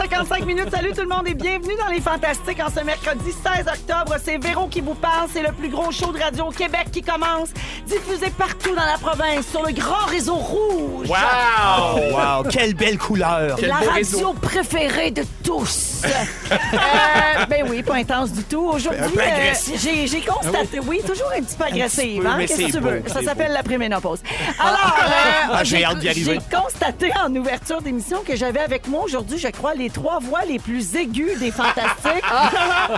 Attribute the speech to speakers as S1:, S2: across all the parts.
S1: 55 minutes. Salut tout le monde et bienvenue dans les Fantastiques en ce mercredi 16 octobre. C'est Véro qui vous parle. C'est le plus gros show de radio au Québec qui commence, diffusé partout dans la province sur le grand réseau rouge.
S2: Wow!
S3: Oh, Wow, quelle belle couleur!
S1: La
S2: Quel beau
S1: radio
S2: réseau.
S1: préférée de tous. Euh, ben oui, pas intense du tout. Aujourd'hui,
S3: Un peu
S1: euh,
S3: agressif. Ah
S1: j'ai j'ai constaté, oui, toujours un petit peu agressive.
S3: peu,
S1: hein?
S3: mais
S1: Qu'est-ce
S3: c'est
S1: que tu
S3: beau,
S1: veux? Ça
S3: c'est
S1: s'appelle la préménopause. Alors, euh,
S3: Ah, j'ai hâte d'y arriver.
S1: J'ai constaté en ouverture d'émission que j'avais avec moi aujourd'hui, je crois, les trois voix les plus aiguës des Fantastiques.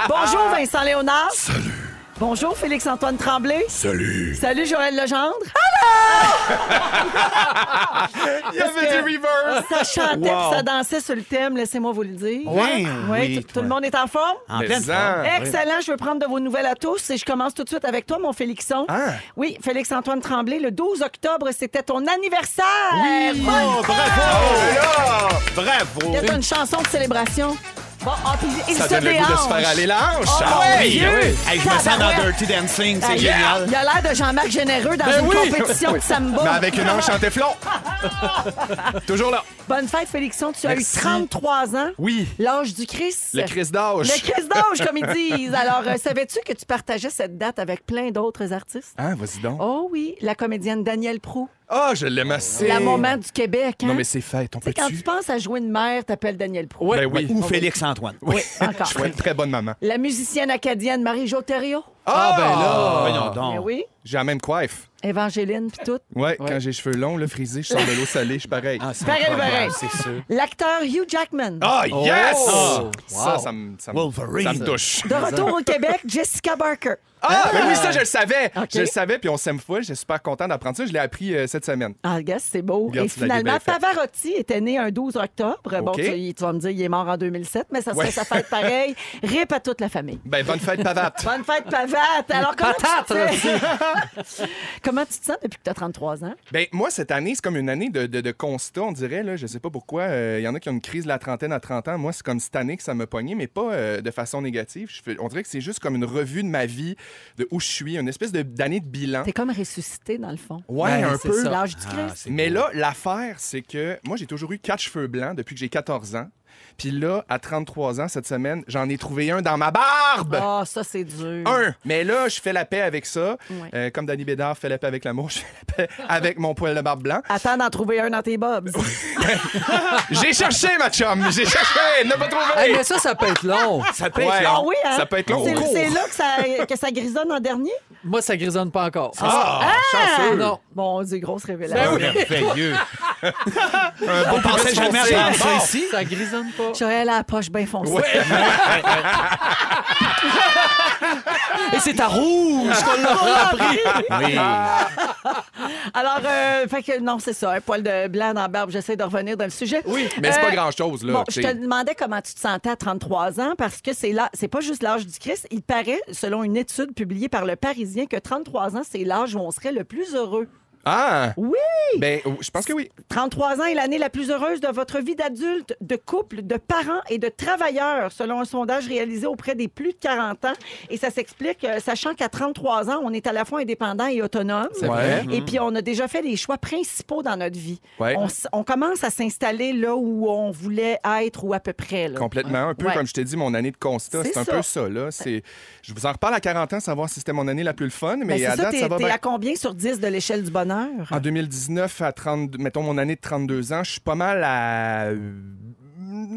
S1: Bonjour Vincent Léonard. Salut. Bonjour Félix-Antoine Tremblay.
S3: Salut!
S1: Salut Joël Legendre.
S3: Il y avait du reverse!
S1: Ça chantait,
S3: Wow.
S1: puis ça dansait sur le thème, laissez-moi vous le dire.
S3: Ouais,
S1: Ouais,
S3: oui,
S1: tout- tout
S3: toi. Ah,
S1: le monde est en forme?
S3: En
S2: Mais
S3: pleine
S2: ça.
S3: forme.
S1: Excellent, je veux prendre de vos nouvelles à tous et je commence tout de suite avec toi, mon Félixon.
S3: Ah.
S1: Oui, Félix-Antoine Tremblay, le 12 octobre, c'était ton anniversaire.
S3: Oh, bravo! Bravo!
S1: Il y a une chanson de célébration. Bon, ah, puis il
S2: Ça
S1: se
S2: donne le goût de se faire
S1: déhanche.
S2: aller l'ange. Ah
S1: Oh,
S2: ça.
S1: mon
S3: Hey,
S1: Dieu.
S3: oui. Ah, Hey, je me sens dans
S1: Tabarouette.
S3: Dirty Dancing,
S2: Ah,
S3: c'est
S1: Hey,
S3: génial!
S1: Il a l'air de Jean-Marc Généreux dans
S3: Ben
S1: une
S2: oui.
S1: compétition de samba.
S2: Mais avec une ange en téflon. Toujours là.
S1: Bonne fête, Félixon. Tu
S2: Merci.
S1: as eu 33 ans.
S2: Oui.
S1: L'âge du Christ.
S2: Le Chris d'âge.
S1: Le Christ d'âge, comme ils disent. Alors, euh, savais-tu que tu partageais cette date avec plein d'autres artistes?
S2: Hein, vas-y donc.
S1: Oh oui, la comédienne Danielle Prou,
S2: Ah, je l'aime assez.
S1: la moment du Québec. Hein?
S2: Non, mais c'est fait. On
S1: Tu sais,
S2: peut
S1: quand tu
S2: tu
S1: penses à jouer une mère, t'appelles Danielle Prou.
S2: Ben oui.
S3: Ou Félix-Antoine.
S1: Oui, encore.
S2: Je serais une très bonne maman.
S1: La musicienne acadienne Marie-Jo Thériault.
S2: Ah, ben
S3: Voyons donc.
S1: Eh oui.
S2: J'ai la même coiffe.
S1: Évangéline, puis tout.
S2: Ouais, quand j'ai les cheveux longs, le frisé, je sors de l'eau salée, je suis pareil.
S3: Ah, c'est
S1: Pareil,
S3: incroyable,
S1: pareil.
S3: C'est sûr.
S1: L'acteur Hugh Jackman.
S2: Ah, yes! Ah!
S3: Oh!
S2: Ça,
S3: Wow.
S2: ça me ça me-
S3: Wolverine.
S2: ça me touche.
S1: De retour au Québec, Jessica Barker.
S2: Ah, ben oui, ça, je le savais.
S1: Ok.
S2: Je le savais, puis on s'aime fou. J'étais super content d'apprendre ça. Je l'ai appris euh, cette semaine.
S1: Ah, gars, c'est beau.
S2: Regarde,
S1: Et
S2: tu l'as bien
S1: finalement,
S2: fait.
S1: Pavarotti était né un 12 octobre. Bon,
S2: OK.
S1: tu, tu vas me dire, il est mort en 2007, mais ça serait
S2: Ouais.
S1: sa fête pareil. Rip à toute la famille.
S2: Ben, bonne fête, Pavate.
S1: Bonne fête, Pavate! Alors, comment
S3: Patate, là,
S1: tu te sens? comment tu te sens depuis que tu as 33 ans?
S2: Ben, moi, cette année, c'est comme une année de, de, de constat, on dirait. Là, je sais pas pourquoi. Il y en a qui ont une crise de la trentaine à 30 ans. Moi, c'est comme cette année que ça me pognait, mais pas euh, de façon négative. Je fais- on dirait que c'est juste comme une revue de ma vie, de où je suis, une espèce de- d'année de, bilan.
S1: T'es comme ressuscité, dans le fond.
S2: Ouais,
S3: Ben,
S2: un
S3: c'est
S2: peu.
S1: C'est l'âge du
S3: Ah,
S1: Christ.
S3: c'est
S2: Mais
S3: beau.
S2: là, l'affaire, c'est que moi, j'ai toujours eu quatre cheveux blancs depuis que j'ai 14 ans. Puis là, à 33 ans, cette semaine, j'en ai trouvé un dans ma barbe!
S1: Ah, ça, c'est dur.
S2: Un! Mais là, je fais la paix avec ça.
S1: Ouais.
S2: Euh, comme Danny Bédard fait la paix avec l'amour, je fais la paix avec mon poil de barbe blanc.
S1: Attends d'en trouver un dans tes bobs.
S2: J'ai cherché, ma chum! J'ai cherché! Ne pas
S4: Hey,
S2: trouvé!
S4: mais ça, ça peut être long.
S3: Ça peut
S2: Ouais.
S3: être
S1: Ah
S3: long.
S1: oui, hein?
S2: Ah, Ça peut être long.
S1: C'est,
S2: Au cours.
S1: c'est là que ça, que ça grisonne en dernier?
S4: Moi, ça grisonne pas encore.
S2: Ah! Chanceux!
S4: non.
S1: Bon, Dieu, grosse
S2: Ah
S1: révélation.
S2: Ben
S3: Merveilleux.
S2: Un
S3: On
S2: beau
S3: pensait
S2: pubis
S3: jamais
S2: foncé.
S3: à ça
S2: Bon.
S3: ici.
S4: Ça grisonne pas.
S1: J'aurais la poche bien foncée.
S3: Et c'est à rouge
S1: Ah!
S3: qu'on l'a appris.
S2: Ah,
S3: Oui.
S1: Alors, euh, fait que non, c'est ça, un poil de blanc dans la barbe. J'essaie de revenir dans le sujet.
S2: Oui, mais c'est
S1: Euh,
S2: pas grand-chose, là.
S1: Bon,
S2: tu
S1: je
S2: sais.
S1: te demandais comment tu te sentais à 33 ans parce que c'est là, c'est pas juste l'âge du Christ. Il paraît, selon une étude publiée par le Parisien, que 33 ans, c'est l'âge où on serait le plus heureux.
S2: Ah!
S1: Oui!
S2: Ben, je pense que oui.
S1: 33 ans est l'année la plus heureuse de votre vie d'adulte, de couple, de parent et de travailleur, selon un sondage réalisé auprès des plus de 40 ans. Et ça s'explique, euh, sachant qu'à 33 ans, on est à la fois indépendant et autonome.
S2: vrai.
S1: Et puis, on a déjà fait les choix principaux dans notre vie.
S2: Ouais.
S1: On, s- on commence à s'installer là où on voulait être ou à peu près. là.
S2: Complètement. Un peu
S1: Ouais.
S2: comme je t'ai dit, mon année de constat.
S1: C'est
S2: C'est un
S1: ça.
S2: peu ça, là. C'est... Je vous en reparle à 40 ans, savoir si c'était mon année la plus le fun, mais
S1: Ben, c'est
S2: à
S1: ça,
S2: date,
S1: t'es
S2: ça va
S1: t'es
S2: bien. Ah.
S1: à combien sur 10 de l'échelle du bonheur?
S2: En 2019, à 30, mettons mon année de 32 ans, je suis pas mal à euh,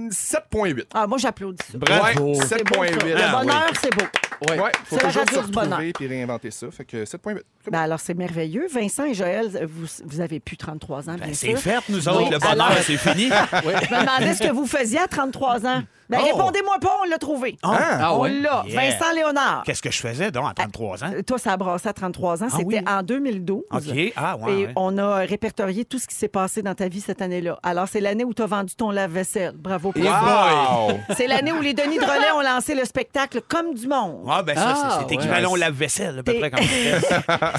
S2: 7,8.
S1: Ah, moi, j'applaudis ça.
S2: Ouais,
S1: C'est beau, ça.
S2: 7,8.
S1: Le
S3: Ah, oui.
S1: bonheur, c'est beau.
S4: Ouais.
S2: Ouais, faut
S1: C'est la
S2: toujours se
S1: radio du bonheur.
S2: retrouver puis réinventer ça. Fait que 7,8. C'est bon.
S1: Ben alors, c'est merveilleux. Vincent et Joël, vous, vous avez plus 33 ans, bien
S3: Ben, C'est
S1: sûr.
S3: fait, nous
S1: Oui,
S3: autres. Le bonheur,
S1: alors-
S3: c'est fini.
S1: Je me demandais ce que vous faisiez à 33 ans. Ben,
S3: Oh.
S1: répondez-moi pas, on l'a trouvé.
S3: Ah,
S4: Ah
S1: On
S4: ouais.
S1: l'a.
S3: Yeah.
S1: Vincent Léonard.
S3: Qu'est-ce que je faisais, donc, à 33 ans?
S1: Toi, ça a brassé à 33 ans.
S3: Ah
S1: C'était
S3: oui.
S1: en 2012.
S3: OK. Ah, ouais.
S1: Et
S3: ouais.
S1: on a répertorié tout ce qui s'est passé dans ta vie cette année-là. Alors, c'est l'année où tu as vendu ton lave-vaisselle. Bravo pour ça.
S2: Wow!
S1: C'est l'année où les Denis de Relais ont lancé le spectacle Comme du monde.
S3: Ah, ben ça,
S4: Ah,
S3: c'est- c'est équivalent au lave-vaisselle, à peu
S1: T'es-
S3: près, quand on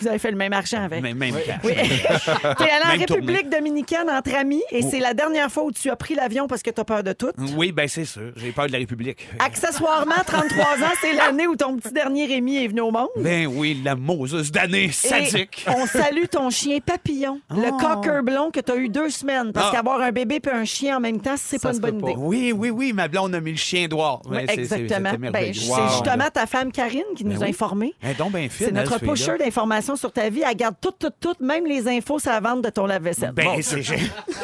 S1: Vous avez fait le même argent avec.
S3: Même, même cash.
S1: Oui. T'es allé en
S3: Même
S1: République dominicaine entre amis et c'est la dernière fois où tu as pris l'avion parce que t'as peur de tout.
S3: Oui, ben
S5: Ben, c'est sûr. J'ai peur de la République.
S1: Accessoirement, 33 ans, c'est l'année où ton petit dernier Rémi est venu au monde.
S5: Ben oui, la Moses d'année
S1: Et Ah,
S5: sadique.
S1: on salue ton chien papillon, le cocker blond que tu as eu deux semaines. Parce
S5: Ah.
S1: qu'avoir un bébé et un chien en même temps, c'est
S4: Ça
S1: pas une
S4: se peut
S1: bonne
S4: pas.
S1: idée.
S5: Oui, oui, oui, ma blonde a mis le chien d'Oir.
S1: Oui, exactement. Ben, C'est
S2: Wow.
S1: justement ta femme Karine qui
S5: Ben
S1: nous a informés.
S5: donc ben fine,
S1: C'est notre
S5: hein, ce
S1: pusher
S5: fille-là.
S1: d'informations sur ta vie. Elle garde tout, tout, tout, même les infos sur la vente de ton lave-vaisselle.
S5: Ben, c'est... j'ai-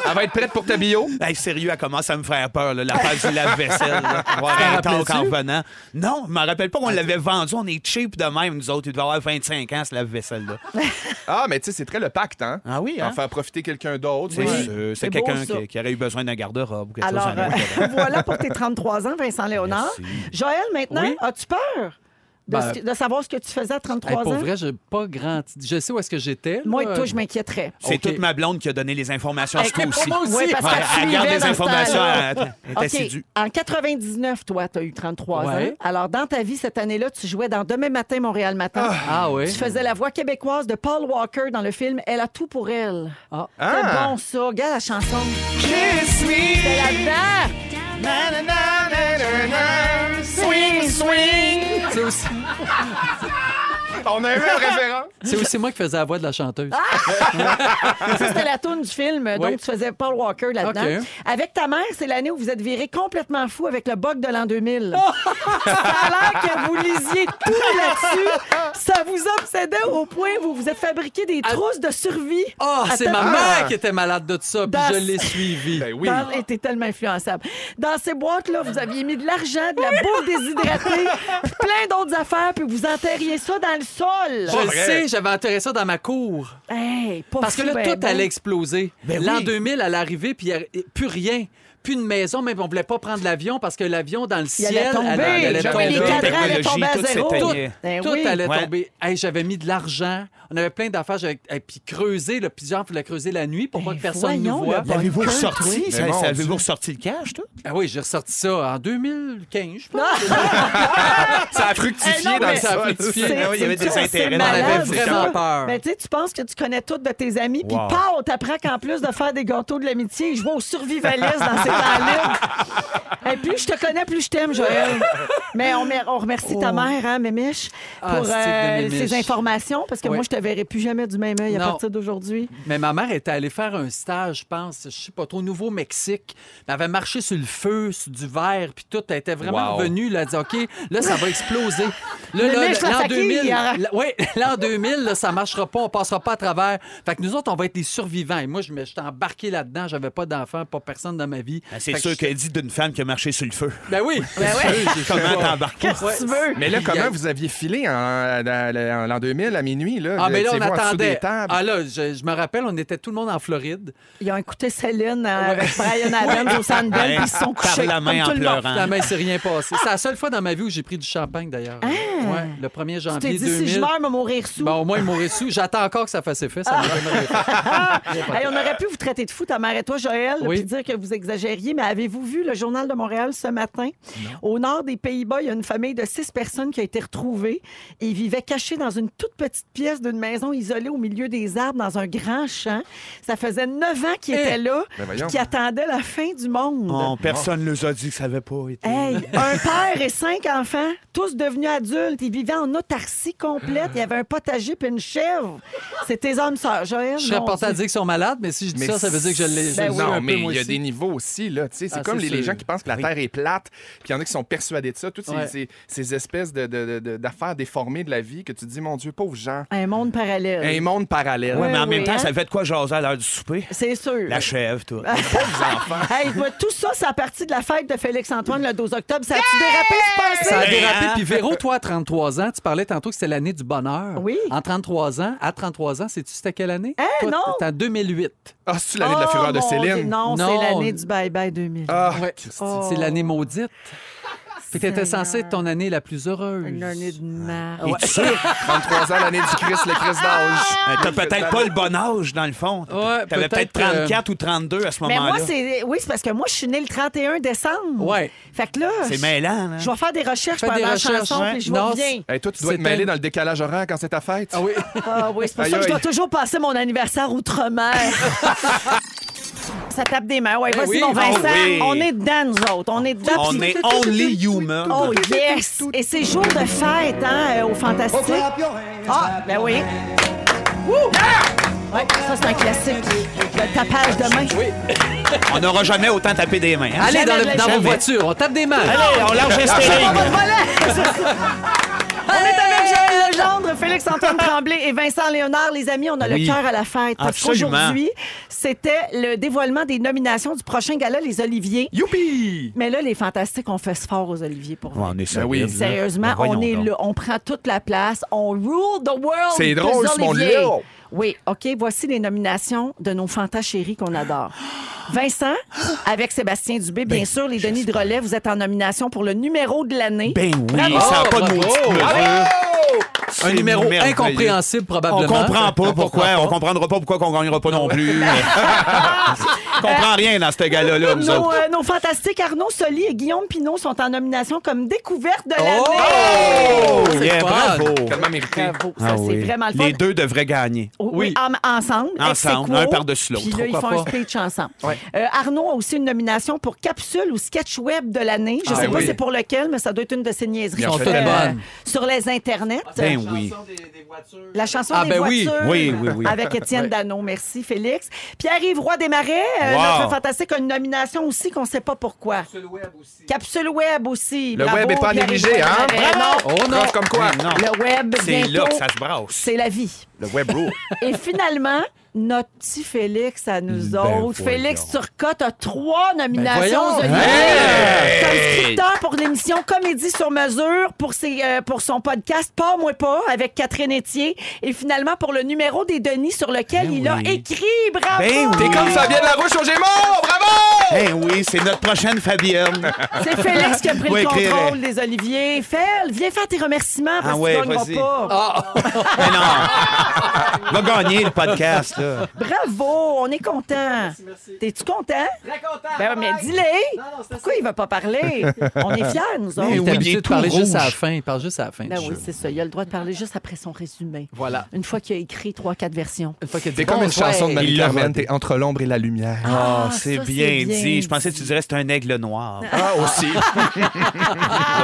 S2: Elle va être prête pour ta bio.
S5: Hey, sérieux, elle commence à me faire peur, là, l'affaire du lave-vaisselle. là. On va avoir
S4: t'en
S5: un talk en
S4: rappelles-tu?
S5: revenant. Non, je me rappelle pas qu'on l'avait vendu. On est cheap de même, nous autres. Il devait avoir 25 ans, ce lave-vaisselle-là.
S2: Ah, mais tu sais, c'est très le pacte, hein?
S5: Ah oui, hein?
S2: En faire profiter quelqu'un d'autre.
S5: C'est
S2: ouais.
S5: sûr,
S1: C'est
S5: c'est
S1: beau,
S5: quelqu'un
S1: ça.
S5: qui, qui aurait eu besoin d'un garde-robe. ou quelque chose
S1: Alors,
S5: dans le même
S1: euh, voilà pour tes 33 ans, Vincent Léonard.
S5: Merci.
S1: Joël, maintenant,
S4: Oui.
S1: as-tu peur de,
S4: Ben,
S1: ce que- de savoir ce que tu faisais à 33
S4: Hey, pour
S1: ans?
S4: vrai, euh, j'ai pas grand. Je sais où est-ce que j'étais. là.
S1: Moi et toi, je m'inquiéterais.
S5: C'est
S4: Ok.
S5: toute ma blonde qui a donné les informations à
S4: Hey,
S5: toi
S4: mais
S5: aussi.
S4: pour moi aussi.
S1: Oui, parce
S5: Ouais,
S1: qu'elle
S5: elle
S1: suivait
S5: garde
S1: dans
S5: les
S1: ce
S5: informations,
S1: temps-là.
S5: elle elle est
S1: OK.
S5: assidue.
S1: En 99, toi, tu as eu 33 ans.
S4: Ouais.
S1: Alors, dans ta vie, cette année-là, tu jouais dans Demain matin, Montréal matin.
S4: Ah oui.
S1: Tu faisais la voix québécoise de Paul Walker dans le film Elle a tout pour elle.
S4: Ah.
S1: C'est
S2: Ah.
S1: bon, ça. Regarde la chanson.
S5: Kiss me.
S1: C'est là-dedans.
S5: Na, na, na, na, na, na. Swing, swing.
S4: C'est aussi,
S2: On a eu un référent.
S4: c'est aussi moi qui faisais la voix de la chanteuse.
S1: Ah! Ça, c'était la toune du film. euh, Donc,
S4: Oui.
S1: tu faisais Paul Walker là-dedans.
S4: OK.
S1: Avec ta mère, c'est l'année où vous êtes viré complètement fou avec le bug de l'an 2000.
S4: Oh!
S1: ça a l'air que vous lisiez tout là-dessus. Ça vous obsédait au point où vous vous êtes fabriqué des trousses de survie.
S4: Ah,
S1: À
S4: c'est
S1: ta-
S4: ma
S2: Ah.
S4: mère qui était malade de ça, puis
S1: Dans-
S4: je l'ai suivie.
S2: Ben oui.
S1: Dans- et t'es tellement influençable. Dans ces boîtes-là, vous aviez mis de l'argent, de la bouffe déshydratée, puis plein d'autres affaires, puis vous enterriez ça dans le
S4: Je
S1: sol.
S4: le sais, j'avais enterré ça dans ma cour.
S1: Hey, pas
S4: Parce que
S1: fou,
S4: là,
S1: ben,
S4: tout
S1: ben.
S4: allait exploser.
S5: Ben
S4: L'an
S5: oui.
S4: 2000, à l'arrivée, puis il y a- plus rien. Plus une maison, même on voulait pas prendre l'avion parce que l'avion dans le
S1: Il
S4: ciel
S1: allait tomber.
S4: allait- allait
S1: Les
S5: tomber.
S1: cadrans allaient
S5: Technologie,
S1: tomber à
S5: tout
S1: zéro.
S5: s'éteignait.
S4: Tout,
S1: Ben
S4: tout
S1: oui.
S4: allait
S5: Ouais.
S4: tomber. Hey, J'avais mis de l'argent. On avait plein d'affaires. J'avais- hey, puis creuser, le pigeon voulait creuser la nuit pour pas
S1: Ben
S4: que personne
S1: voyons,
S4: nous voit.
S1: le
S5: L'avez-vous
S1: Bon,
S5: ressorti?
S2: Mais
S5: Ça-
S2: mon
S5: ça- Avez-vous
S2: Dieu.
S5: ressorti le cash, toi?
S4: Ah oui, j'ai ressorti ça en 2015, je pense.
S2: Ça a
S1: Eh
S2: fructifié
S1: non,
S2: dans
S1: mais
S2: le
S4: ça a
S2: sol.
S4: fructifié.
S1: C'est-
S5: Ah oui, il y avait
S1: c'est-
S5: des
S1: c'est
S5: intérêts.
S1: malade,
S4: On avait
S1: ça.
S4: vraiment peur.
S1: Mais tu sais, tu penses que tu connais toutes de tes amis, puis
S5: Wow.
S1: pao, t'apprends qu'en plus de faire des gâteaux de l'amitié, je vois au survivaliste dans ces temps-là. Et plus je te connais, plus je t'aime, Joël. Mais on, mer- on remercie
S5: Oh.
S1: ta mère, hein, Mémiche, pour
S4: Ah, c'est
S1: euh,
S4: de Mémiche.
S1: ces informations, parce que
S4: Oui.
S1: moi, je te verrai plus jamais du même œil à
S4: Non.
S1: partir d'aujourd'hui.
S4: Mais ma mère était allée faire un stage, je pense, je sais pas trop, au Nouveau-Mexique. Elle avait marché sur le feu, sur du verre, puis tout. Elle était vraiment
S2: Wow.
S4: revenue. Elle a dit, OK, là, ça va exploser. Là,
S1: Le
S4: là,
S1: mec, la
S4: l'an
S1: faquille,
S4: 2000,
S1: il a-
S4: la- ouais, l'an 2000, là, ça marchera pas, on passera pas à travers. Fait que nous autres, on va être les survivants. Et moi, je me- j'étais embarqué là-dedans. J'avais pas d'enfant, pas personne dans ma vie.
S5: Ben, c'est
S4: Fait
S5: sûr
S4: je-
S5: qu'elle dit d'une femme qui a marché sur le feu.
S4: Ben oui. Ben
S5: Comment t'embarques?
S1: Qu'est-ce que tu veux?
S2: Mais là,
S4: Il y
S2: comment
S4: a-
S2: vous aviez filé en, en- en l'an 2000 à minuit? Là,
S4: Ah,
S2: Vous
S4: mais là, on
S2: étiez-vous en dessous
S4: attendait.
S2: Des tables?
S4: Ah, là, je, je me rappelle, on était tout le monde en Floride.
S1: Ils ont écouté Céline euh, avec Brian Adams au Sandbell,
S5: Ouais.
S1: puis Ben, ils se sont
S5: Hein? Par
S1: couchés.
S5: la main
S1: comme
S5: en
S1: tout le monde.
S5: pleurant.
S4: Finalement, il s'est rien passé.
S1: Ah!
S4: C'est la seule fois dans ma vie où j'ai pris du champagne, d'ailleurs. Ouais, le 1er
S1: Hein? Tu t'es
S4: janvier
S1: dit,
S4: 2000.
S1: si je meurs, me mourir sous. Ah!
S4: Bon, au moins, il m'aurait su. J'attends encore que ça fasse effet. Ça m'a jamais réussi.
S1: Hey, on aurait pu vous traiter de fou, ta mère et toi, Joël,
S4: Oui.
S1: puis dire que vous exagériez, mais avez-vous vu le journal de Montréal ce matin? Au nord des Pays-Bas, il y a une famille de six personnes qui a été retrouvée. Ils vivaient cachés dans une toute petite pièce d'une maison isolée au milieu des arbres, dans un grand champ. Ça faisait neuf ans qu'ils
S4: Eh!
S1: étaient là,
S2: Ben voyons.
S1: puis qu'ils attendaient la fin du monde.
S5: Non, Oh, personne ne nous a dit que ça n'avait pas été.
S1: Hey, un père et cinq enfants, tous devenus adultes. Ils vivaient en autarcie complète. Il y avait un potager puis une chèvre. C'est tes hommes sœurs, Joël.
S4: Je serais
S1: mon
S4: porté à
S1: Dieu.
S4: dire qu'ils sont malades, mais si je dis
S2: Mais
S4: ça, ça veut dire que je l'ai. je
S1: Ben
S4: le
S1: oui.
S4: suis un
S2: Non,
S4: peu,
S2: mais
S4: moi
S2: il y a
S4: aussi.
S2: des niveaux aussi. là. Tu sais, C'est
S4: Ah,
S2: comme
S4: c'est
S2: les, les
S4: sûr.
S2: gens qui pensent que la Terre est plate, puis il y en a qui sont persuadés de ça. Toutes ces-
S4: Ouais.
S2: ces, ces espèces de- de- de- d'affaires déformées de la vie que tu te dis, mon Dieu, pauvre gens.
S1: Un monde parallèle.
S2: Un monde parallèle.
S1: Ouais.
S5: mais en même
S1: oui,
S5: temps,
S1: hein?
S5: ça fait de quoi jaser à l'heure du souper?
S1: C'est sûr. Ah,
S5: La chèvre, toi.
S1: Hey, moi, tout ça, ça a parti de la fête de Félix-Antoine le 12 octobre. Ça a-tu dérapé, vous pensez?
S4: Ça a
S5: Mais,
S4: dérapé.
S5: hein?
S4: Puis Véro, toi, à 33 ans, tu parlais tantôt que c'était l'année du bonheur.
S1: Oui.
S4: En 33 ans, à 33 ans, sais-tu c'était quelle année?
S1: Hein,
S4: Toi,
S1: non.
S4: C'était en 2008.
S2: Ah, c'est-tu l'année de la
S1: Oh,
S2: fureur de
S1: mon Dieu,
S2: Céline?
S1: Non,
S4: Non.
S1: c'est l'année du bye-bye 2000.
S2: Ah,
S4: Ouais.
S2: Christy.
S1: Oh.
S4: C'est l'année maudite. Puis t'étais censé être ton année la plus heureuse.
S1: Une année de
S2: Ah.
S1: marre.
S5: Es-tu sûr?
S2: 33 ans, l'année du Christ, le Christ d'âge.
S5: Euh, T'as peut-être pas le bon âge, dans le fond.
S4: Ouais,
S5: T'avais peut-être
S4: peut-être, euh,
S5: 34 ou 32 à ce
S1: Mais
S5: moment-là.
S1: moi, c'est. Oui, c'est parce que moi, je suis née le 31 décembre.
S4: Ouais.
S1: Fait que là.
S5: C'est
S1: je-
S5: mêlant, hein?
S1: Je vais faire des recherches
S4: Fais
S1: pendant
S4: des
S1: la
S4: recherches,
S1: chanson,
S4: ouais.
S1: puis je
S4: Non,
S1: vous reviens.
S2: Hey, toi, tu dois être
S4: C'était-
S2: mêlé dans le décalage horaire quand c'est ta fête.
S4: Ah oui.
S1: Ah oui, c'est pour
S2: Aïe,
S1: ça que je dois
S2: aïe.
S1: toujours passer mon anniversaire outre-mer. ça tape des mains. Ouais,
S2: Eh
S1: vas-y,
S4: oui,
S1: mon
S2: Ah
S4: oh
S1: Vincent.
S5: oui.
S1: On est dedans, nous autres. On est dedans.
S5: On
S1: Puis-
S5: est only human.
S1: Oh yes! Et c'est jour de fête, hein, euh, au Fantastique. Ah, ben oui. Wouh! Ouais, ça, c'est un classique. Le tapage de main.
S5: On n'aura jamais autant tapé des mains. hein?
S4: Allez dans, le-
S1: Jamais,
S4: dans vos
S1: jamais.
S4: voitures, on tape des mains.
S5: Allez, on lâche les steering.
S1: Pas de volet! C'est ça. On est avec Joël Legendre, Félix-Antoine Tremblay et Vincent Léonard. Les amis, on a le
S5: Oui.
S1: cœur à la fête. Parce
S5: Absolument.
S1: qu'aujourd'hui, c'était le dévoilement des nominations du prochain gala, les Oliviers.
S2: Youpi!
S1: Mais là, les Fantastiques, on fait fort aux Oliviers pour vous.
S5: On est
S2: oui,
S5: solide.
S1: Sérieusement,
S5: Ben
S1: on
S5: voyons
S1: est
S5: donc.
S1: là, on prend toute la place, on rule the world.
S2: C'est drôle,
S1: des
S2: ce monde-là.
S1: Oliviers. Oui, OK, voici les nominations de nos fantas chéris qu'on adore. Vincent, avec Sébastien Dubé,
S5: Ben,
S1: bien sûr, les Denis de Relais, vous êtes en nomination pour le numéro de l'année.
S5: Ben oui, ça n'a pas de
S4: Bravo.
S5: maudite mesure.
S4: Un
S5: C'est
S4: numéro
S5: merveilleux.
S4: incompréhensible, probablement.
S5: On comprend pas pourquoi. On comprendra pas pourquoi qu'on gagnera pas non plus. On comprend rien dans ce gars-là, nous
S1: Nos,
S5: autres.
S1: euh, nos fantastiques Arnaud Soli et Guillaume Pinot sont en nomination comme découverte de l'année.
S4: Oh! C'est
S5: Yeah,
S4: fun.
S5: bravo.
S2: Tellement mérité.
S1: Bravo, ça
S5: Ah
S1: c'est
S5: oui.
S1: vraiment le fun.
S5: Les deux devraient gagner.
S1: Oui, en- ensemble. ex
S5: Ensemble,
S1: aequo,
S5: un par-dessus l'autre.
S1: Puis là, ils font
S4: Pourquoi
S1: un
S4: pas?
S1: speech ensemble. Euh, Arnaud a aussi une nomination pour capsule ou sketch web de l'année. Je
S2: Ah,
S1: sais
S2: ben
S1: pas
S2: oui.
S1: c'est pour lequel, mais ça doit être une de ces niaiseries.
S2: Ils ont
S1: qu'on
S2: fait
S1: fait,
S4: tellement.
S1: euh, sur les internets.
S5: Ben oui.
S1: La chanson
S4: Ah,
S1: des
S4: ben oui.
S1: voitures
S5: Oui, oui, oui.
S1: avec Étienne Dano. Merci, Félix. Pierre-Yves Roy Desmarais, euh,
S5: Wow.
S1: notre fantastique, a une nomination aussi qu'on ne sait pas pourquoi. Capsule web aussi. Capsule web aussi.
S2: Le
S1: Bravo,
S2: web n'est pas
S1: Pierre-Yves
S2: négligé,
S1: Roy
S2: hein?
S1: Desmarais. Non,
S2: Oh non! comme quoi?
S5: Mais non.
S1: le web,
S5: C'est là
S1: bientôt,
S5: que ça se brasse.
S1: c'est la vie.
S5: Le web rule.
S1: Et finalement, notre petit Félix à nous autres.
S5: Ben, voyons.
S1: Félix Turcotte a trois nominations
S4: voyons.
S1: aux Olivier.
S5: Hey!
S1: Comme scripteur pour l'émission Comédie sur mesure, pour, ses, euh, pour son podcast Pas moi pas, avec Catherine Etier. Et finalement, pour le numéro des Denis sur lequel il a écrit. Bravo!
S5: Ben oui.
S2: T'es comme Fabienne Larouche au Gémeaux! Bravo!
S5: Eh oui, c'est notre prochaine Fabienne.
S1: C'est Félix qui a pris le
S5: Oui, écrire,
S1: contrôle des Oliviers. Fel, viens faire tes remerciements parce
S5: Ah ouais,
S1: que tu gagneras
S5: vas-y.
S1: pas.
S5: Mais Ben non. Va gagner le podcast, là.
S1: Bravo, on est content. T'es-tu content? Très content. Ben, mais dis-le. Pourquoi il va pas parler? on est fiers, nous autres.
S4: Il
S5: oui,
S4: est
S5: il
S4: habitué
S5: est
S4: de parler
S5: tout
S4: juste à la
S5: rouge.
S4: fin. Il parle juste à la fin.
S1: Ben
S4: du
S1: oui,
S4: jeu.
S1: c'est ça. Il a le droit de parler juste après son résumé.
S4: Voilà.
S1: Une fois qu'il a écrit trois, quatre versions.
S4: Une fois qu'il y a
S2: T'es
S4: dit bon,
S2: comme une chanson de
S5: Il l'a
S2: Marie-Carmen,
S5: rodé.
S2: t'es entre l'ombre et la lumière.
S5: Ah,
S1: Ah,
S5: c'est
S1: ça,
S5: bien,
S1: c'est bien
S5: dit. Je pensais que tu dirais c'est un aigle noir. Ah, aussi.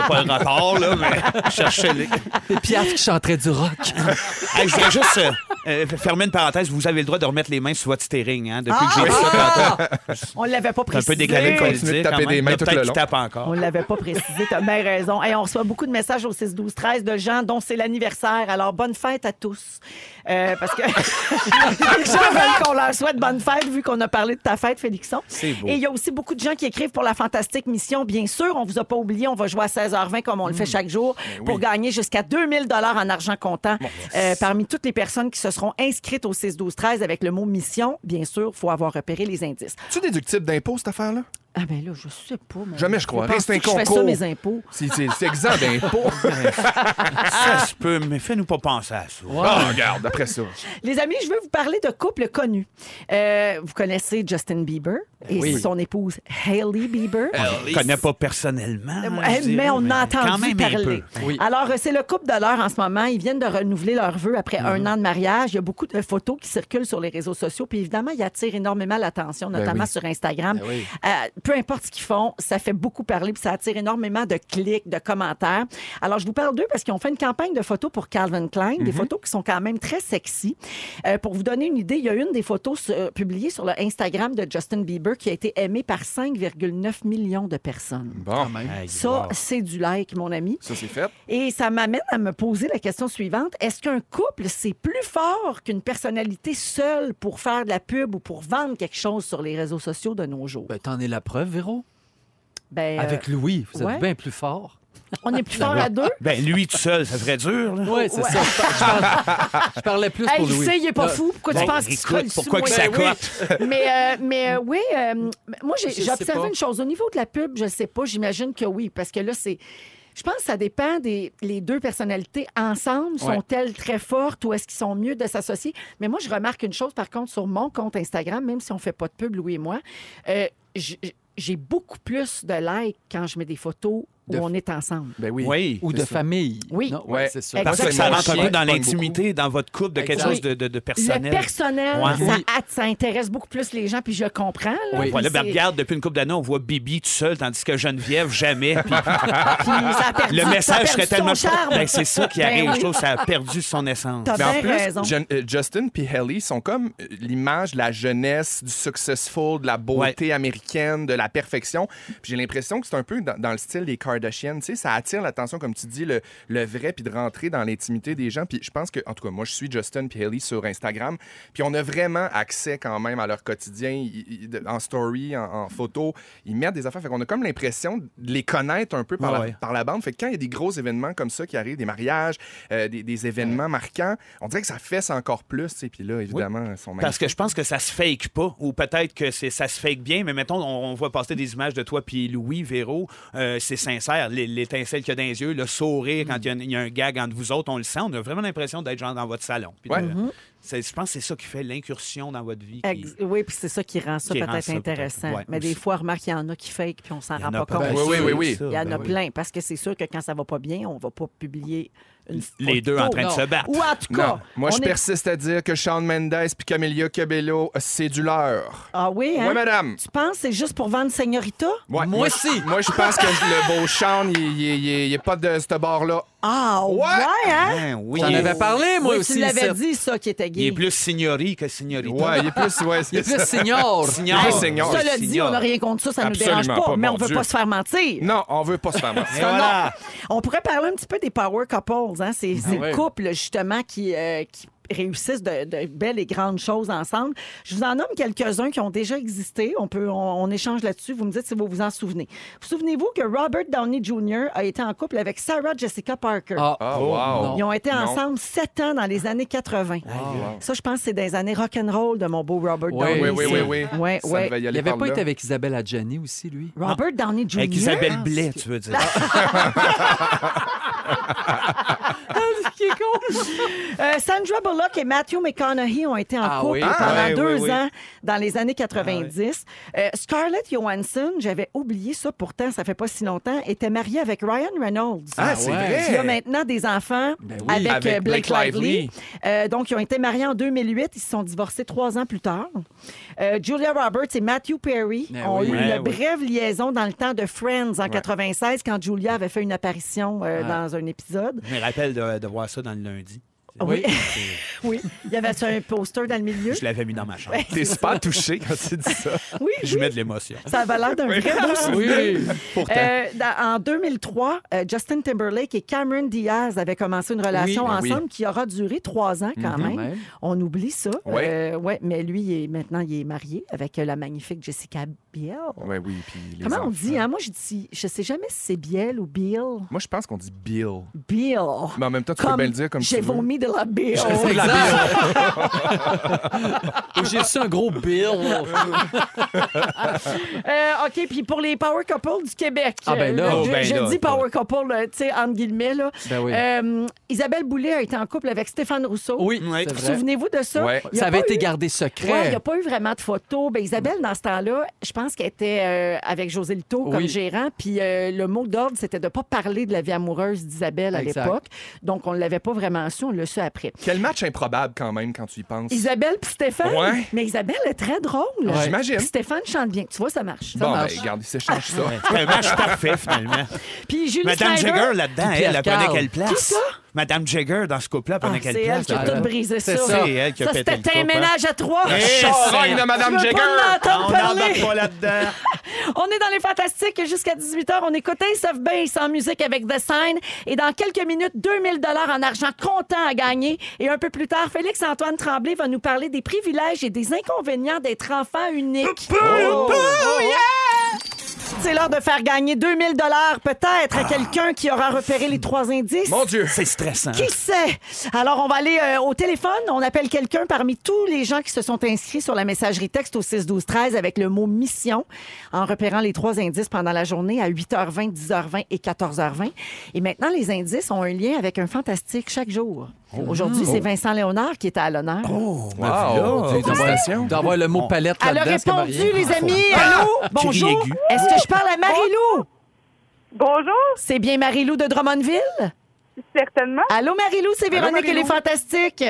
S5: pas le rapport, là, mais cherchez-le.
S4: c'est Piaf qui chanterait du rock. Ah,
S5: Hey, je voudrais juste euh, euh, fermer une parenthèse. Vous avez le droit de remettre les mains sur votre steering, hein, depuis que
S2: Ah,
S5: j'ai dit ça tantôt.
S1: Ah! On l'avait pas
S5: C'est un
S1: précisé.
S5: peu décalé comme
S2: Continue de
S5: dire.
S2: taper
S5: quand même.
S2: des mains
S5: Il y a
S2: tout
S5: Peut-être
S2: le
S5: qu'il
S2: long.
S5: tape
S1: On
S5: encore.
S1: l'avait pas précisé, t'as bien raison. Et on reçoit beaucoup de messages au 6 12 13 de gens dont c'est l'anniversaire. Alors bonne fête à tous. Euh, parce que les gens veulent qu'on leur souhaite bonne fête vu qu'on a parlé de ta fête, Félixon.
S5: C'est beau.
S1: Et il y a aussi beaucoup de gens qui écrivent pour la fantastique mission. Bien sûr, on vous a pas oublié, on va jouer à 16h20 comme on
S5: Mm.
S1: le fait chaque jour
S5: Ben
S1: pour gagner jusqu'à 2000 dollars en argent comptant. Euh, parmi toutes les personnes qui se seront inscrites au 6 12 13 avec le mot mission, bien sûr, faut avoir repéré les indices.
S2: Tu déductible d'impôts, cette affaire-là?
S1: Ah ben là, je sais pas. mais-
S2: Jamais, je crois. Reste
S1: Penses-tu
S2: un
S1: que je fais ça
S2: concours.
S1: mes impôts.
S2: C'est c'est exempt d'impôts.
S5: Ah, Ça se peut, mais fais-nous pas penser à ça.
S2: Ah, regarde, après ça.
S1: Les amis, je veux vous parler de couples connus. Euh, vous connaissez Justin Bieber et son épouse Hailey Bieber.
S5: Je connais pas personnellement.
S1: Euh,
S5: Hein, je dirais,
S1: mais on a
S5: quand
S1: entendu
S5: même un
S1: parler.
S5: peu. Oui.
S1: Alors, euh, c'est le couple de l'heure en ce moment. Ils viennent de renouveler leurs vœux après
S5: Mhm.
S1: un an de mariage. Il y a beaucoup de photos qui circulent sur les réseaux sociaux. Puis évidemment, ils attirent énormément l'attention, notamment sur Instagram. Euh, peu importe ce qu'ils font, ça fait beaucoup parler puis ça attire énormément de clics, de commentaires. Alors, je vous parle d'eux parce qu'ils ont fait une campagne de photos pour Calvin Klein,
S5: Mhm.
S1: des photos qui sont quand même très sexy. Euh, pour vous donner une idée, il y a une des photos sur- publiées sur le Instagram de Justin Bieber qui a été aimée par 5,9 millions de personnes.
S2: Bon,
S5: Aïe,
S1: Ça,
S5: wow.
S1: c'est du like, mon ami.
S2: ça, c'est fait.
S1: Et ça m'amène à me poser la question suivante. Est-ce qu'un couple, c'est plus fort qu'une personnalité seule pour faire de la pub ou pour vendre quelque chose sur les réseaux sociaux de nos jours?
S4: Ben, t'en es la preuve, Véro.
S1: Ben, euh,
S4: Avec Louis, vous êtes
S1: ouais.
S4: bien plus fort.
S1: on est plus fort à deux?
S5: Ben, lui tout seul, ça serait dur, là.
S4: Oui, c'est ça. Je, par- je parlais plus
S1: Oh, Hey,
S4: pour
S1: je
S4: Louis.
S1: sais, il est pas
S4: Là,
S1: fou. Pourquoi
S5: Ben,
S1: tu penses qu'il se
S5: écoute,
S1: colle sous
S5: pourquoi
S1: moi?
S5: que ça
S1: Ben oui.
S5: cote?
S1: Mais, euh, mais euh, oui, euh, moi, j'ai
S4: Je
S1: j'ai
S4: sais
S1: observé
S4: pas.
S1: une chose. Au niveau de la pub, je sais pas. J'imagine que oui, parce que là, c'est... Je pense que ça dépend des les deux personnalités ensemble.
S4: Ouais.
S1: Sont-elles très fortes ou est-ce qu'ils sont mieux de s'associer? Mais moi, je remarque une chose, par contre, sur mon compte Instagram, même si on fait pas de pub, Louis et moi, euh, j- j'ai beaucoup plus de likes quand je mets des photos où on est ensemble.
S2: Ben oui.
S5: Oui.
S4: Ou de famille.
S1: Oui.
S4: Non,
S2: Ouais.
S4: c'est sûr.
S1: Exact.
S5: Parce que ça
S1: Exactement.
S5: rentre un peu dans
S2: Chien,
S5: l'intimité, dans votre couple, de quelque
S4: Exact.
S5: chose de, de- de
S1: Le
S5: personnel.
S1: personnel,
S5: Ouais.
S1: ça,
S4: Oui.
S1: hâte, ça intéresse beaucoup plus les gens, puis je comprends. là.
S4: Oui.
S1: Puis
S5: Voilà, ben
S1: c'est-
S5: regarde, depuis une couple d'années, on voit Bibi tout seul, tandis que Geneviève, jamais. Puis
S1: puis ça a perdu-
S5: le
S1: ça a
S5: message
S1: perdu
S5: serait
S1: son
S5: tellement.
S1: charme.
S5: Ben, c'est ça qui
S1: Ben
S5: arrive.
S1: oui.
S5: Je trouve que ça a perdu son essence.
S1: T'as
S2: Mais en
S1: bien
S2: plus,
S1: raison.
S2: Jen- euh, Justin puis Haley sont comme euh, l'image de la jeunesse, du successful, de la beauté américaine, de la perfection. Puis j'ai l'impression que c'est un peu dans, dans le style des Kardashians. Tu sais, ça attire l'attention, comme tu dis, le, le vrai, puis de rentrer dans l'intimité des gens. Puis je pense que, en tout cas, moi, je suis Justin puis Haley sur Instagram. Puis on a vraiment accès quand même à leur quotidien, Ils- ils- de- en story, en, en photo. Ils mettent des affaires. Fait qu'on a comme l'impression de les connaître un peu par,
S5: Ouais,
S2: la,
S5: ouais.
S2: par la bande. Fait que quand il y a des gros événements comme ça qui arrivent, des mariages, euh, des, des événements marquants, on dirait que ça fesse encore plus. tu sais. Puis là, évidemment, ils sont
S5: Parce
S2: magnifiques.
S5: que je pense que ça se fake pas, ou peut-être que c'est ça se fake bien, mais mettons, on, on voit passer des images de toi puis Louis, Véro, euh, c'est sincère, l'é- l'étincelle qu'il y a dans les yeux, le sourire quand il y a un- il y, a un gag entre vous autres, on le sent, on a vraiment l'impression d'être genre dans votre salon. Puis de-
S2: Ouais.
S5: c'est- Je pense que c'est ça qui fait l'incursion dans votre vie. qui-
S1: Mm-hmm. Ex- Oui, puis c'est ça qui rend ça
S5: Qui rend
S1: peut-être
S5: ça
S1: intéressant.
S5: peut-être, ouais,
S1: mais
S5: aussi.
S1: des fois, remarque, il y en a qui fake, puis on s'en
S5: Il y en
S1: rend pas
S5: a pas
S1: compte.
S5: mal.
S2: Oui, oui, oui, oui.
S5: Ça,
S1: Il y en
S5: ben
S1: a
S5: oui.
S1: plein, parce que c'est sûr que quand ça va pas bien, on va pas publier une
S5: Les deux
S1: photo.
S5: en train de se battre.
S1: Ou en tout cas,
S2: Non, moi,
S1: on
S2: je
S1: est-
S2: persiste à dire que Shawn Mendes puis Camelia Cabello, euh, c'est du leur.
S1: Ah oui, hein?
S2: Ouais, madame.
S1: Tu penses que c'est juste pour vendre Señorita?
S2: Ouais,
S4: Moi
S2: je-
S4: aussi.
S2: Moi, je pense que le beau Shawn, il- il il- il- il est pas de ce bord-là.
S1: Ah ouais, hein?
S5: Hein, oui,
S4: J'en
S5: il, est-
S4: avais parlé, moi
S1: Oui,
S4: aussi.
S1: Tu l'avais
S4: ici.
S1: dit, ça, qui était
S5: il
S1: gay.
S5: est plus signori que signorita.
S2: Ouais, il est plus. Ouais,
S4: Il est
S2: c'est
S4: plus
S2: ça.
S4: senior.
S5: Senior.
S2: Plus senior.
S1: Cela
S5: oui,
S1: dit,
S5: signore.
S1: on n'a rien contre ça, ça ne nous
S2: Absolument
S1: dérange pas,
S2: pas,
S1: mais
S2: mon
S1: on ne veut
S2: Dieu.
S1: pas se faire mentir.
S2: Non, on veut pas se faire mentir.
S5: Et voilà.
S1: On pourrait parler un petit peu des power couples, hein, ces, ces
S2: Ah ouais.
S1: couples justement qui, euh, qui réussissent de, de belles et grandes choses ensemble. Je vous en nomme quelques-uns qui ont déjà existé. On peut, on, on échange là-dessus. Vous me dites si vous vous en souvenez. Vous souvenez-vous que Robert Downey Jr. a été en couple avec Sarah Jessica Parker.
S4: Ah,
S2: Ah,
S4: oh,
S2: wow.
S4: non.
S1: Ils ont été
S2: Non. Ah.
S1: ensemble sept ans dans les années 80. Ça, je pense que c'est des années rock'n'roll de mon beau Robert
S4: Ouais.
S1: Downey.
S2: Oui, oui, oui, oui.
S1: Ouais,
S2: Ça Ah.
S1: ouais.
S2: devait y
S4: Il
S2: aller
S4: n'avait
S2: par
S4: pas
S2: là.
S4: été avec Isabelle Adjani aussi, lui?
S1: Robert Downey Jr.
S5: Avec Isabelle Blais, tu veux dire.
S1: Euh, Sandra Bullock et Matthew McConaughey ont été en
S4: Ah
S1: couple
S4: oui?
S1: pendant
S5: Ah, oui,
S1: deux
S5: oui, oui.
S1: ans dans les années 90. Euh, Scarlett Johansson, j'avais oublié ça pourtant, ça fait pas si longtemps, était mariée avec Ryan Reynolds.
S2: Ah, c'est
S4: Ah ouais.
S1: Il y a
S2: vrai.
S1: maintenant des enfants
S4: Ben oui.
S1: avec,
S2: Avec
S1: euh, Blake,
S2: Blake
S1: Lively.
S2: Lively.
S1: Euh, donc, ils ont été mariés en 2008. Ils se sont divorcés trois ans plus tard. Euh, Julia Roberts et Matthew Perry
S4: Ben
S1: ont
S4: oui.
S1: eu
S5: Ben
S1: une
S5: oui.
S1: brève liaison dans le temps de Friends en 96 quand Julia avait fait une apparition euh, dans un épisode.
S5: Je me rappelle de, de voir ça dans le lundi.
S1: Oui. oui. Il y avait un poster dans le milieu.
S5: Je l'avais mis dans ma chambre.
S2: T'es super touché quand tu dis ça.
S1: Oui,
S5: Je mets de l'émotion.
S1: ça avait l'air d'un vrai beau souvenir.
S4: Oui.
S1: Euh, dans- en 2003, euh, Justin Timberlake et Cameron Diaz avaient commencé une relation
S2: ben oui. Mhm.
S1: ensemble qui aura duré trois ans quand même.
S4: Ouais.
S1: On oublie ça.
S2: Ouais.
S1: Euh, ouais, mais lui, il est- maintenant, il est marié avec euh, la magnifique Jessica Biel.
S2: Ouais, oui, puis les
S1: Comment on
S2: enfants.
S1: dit? Hein? Moi, je dis, je sais jamais si c'est Biel ou Bill.
S2: Moi, je pense qu'on dit Bill.
S1: Bill.
S2: Mais en même temps, tu peux bien le dire comme tu
S1: J'ai
S2: veux.
S1: vomi de la Bill.
S4: Exact. Et J'ai reçu un gros bill.
S1: Euh, OK, puis pour les Power Couple du Québec.
S4: Ah, ben là.
S1: euh,
S5: Oh,
S1: je,
S5: ben
S1: je
S5: là.
S1: dis Power Couple, euh, tu sais, entre guillemets, là.
S4: Ben oui.
S1: Euh, Isabelle Boulay a été en couple avec Stéphane Rousseau.
S4: Oui,
S5: Ouais.
S4: c'est vrai.
S1: Souvenez-vous de ça?
S2: Ouais.
S1: Il y a
S4: Ça avait
S1: pas
S4: été
S1: eu-
S4: gardé
S1: Ouais, il
S4: secret.
S1: n'y a pas eu vraiment de photos. Ben, Isabelle, dans ce temps-là, je pense qu'elle était euh, avec José Lito comme
S4: Oui.
S1: gérant. Puis euh, le mot d'ordre, c'était de ne pas parler de la vie amoureuse d'Isabelle à
S4: Exact.
S1: l'époque. Donc, on ne l'avait pas vraiment su, on l'a su après.
S2: Quel match improbable quand même quand tu y penses.
S1: Isabelle puis Stéphane.
S2: Ouais.
S1: Mais Isabelle est très drôle.
S2: Ouais. J'imagine.
S1: Puis Stéphane chante bien. Tu vois, ça marche.
S2: Bon, ben,
S4: marche.
S2: regarde, il s'échange ça.
S5: C'est un match parfait, finalement.
S1: Puis Julie
S5: Madame
S1: Snyder-
S5: Jagger, là-dedans, elle,
S4: Puis
S5: elle prenait
S4: Pierre-Carl.
S5: quelle place?
S1: Qui ça?
S5: Madame Jagger, dans ce couple-là, elle
S1: Ah,
S5: prenait
S1: c'est
S5: quelle
S1: elle
S5: place?
S1: qui a
S5: là-dedans?
S1: tout brisé ça.
S4: C'est ça.
S5: C'est elle qui a pété le
S1: c'était un
S5: couple,
S1: ménage à trois.
S5: Eh,
S2: Charogne
S5: c'est-
S2: de Madame
S1: Tu veux
S2: Jagger!
S1: pas m'entendre
S5: On n'en
S1: parler?
S5: va pas là-dedans.
S1: On est dans les Fantastiques jusqu'à 18h. On écoute Ace Bain sans musique avec The Sign. Et dans quelques minutes, 2000 dollars en argent comptant à gagner. Et un peu plus tard, Félix-Antoine Tremblay va nous parler des privilèges et des inconvénients d'être enfant unique. Oh, C'est l'heure de faire gagner 2000 dollars peut-être
S5: Ah.
S1: à quelqu'un qui aura repéré les trois indices.
S2: Mon Dieu!
S5: C'est stressant.
S1: Qui sait? Alors, on va aller euh, au téléphone. On appelle quelqu'un parmi tous les gens qui se sont inscrits sur la messagerie texte au 6-12-13 avec le mot mission en repérant les trois indices pendant la journée à 8h20, 10h20 et 14h20. Et maintenant, les indices ont un lien avec un fantastique chaque jour. Aujourd'hui, c'est Vincent Léonard qui est à l'honneur.
S5: Oh,
S2: Wow!
S4: Dieu,
S2: Félicitations.
S4: d'avoir- D'avoir le mot palette
S1: Elle a
S4: là-dedans. c'est pas
S1: répondu,
S4: rien.
S1: les amis. Allô?
S5: Cri
S1: Bonjour.
S5: aigu.
S1: Est-ce que je parle à Marie-Lou?
S6: Bonjour,
S1: C'est bien Marie-Lou de Drummondville?
S6: certainement.
S1: Allô, Marie-Lou, c'est Véronique, elle est
S2: Marie-Lou.
S1: fantastique.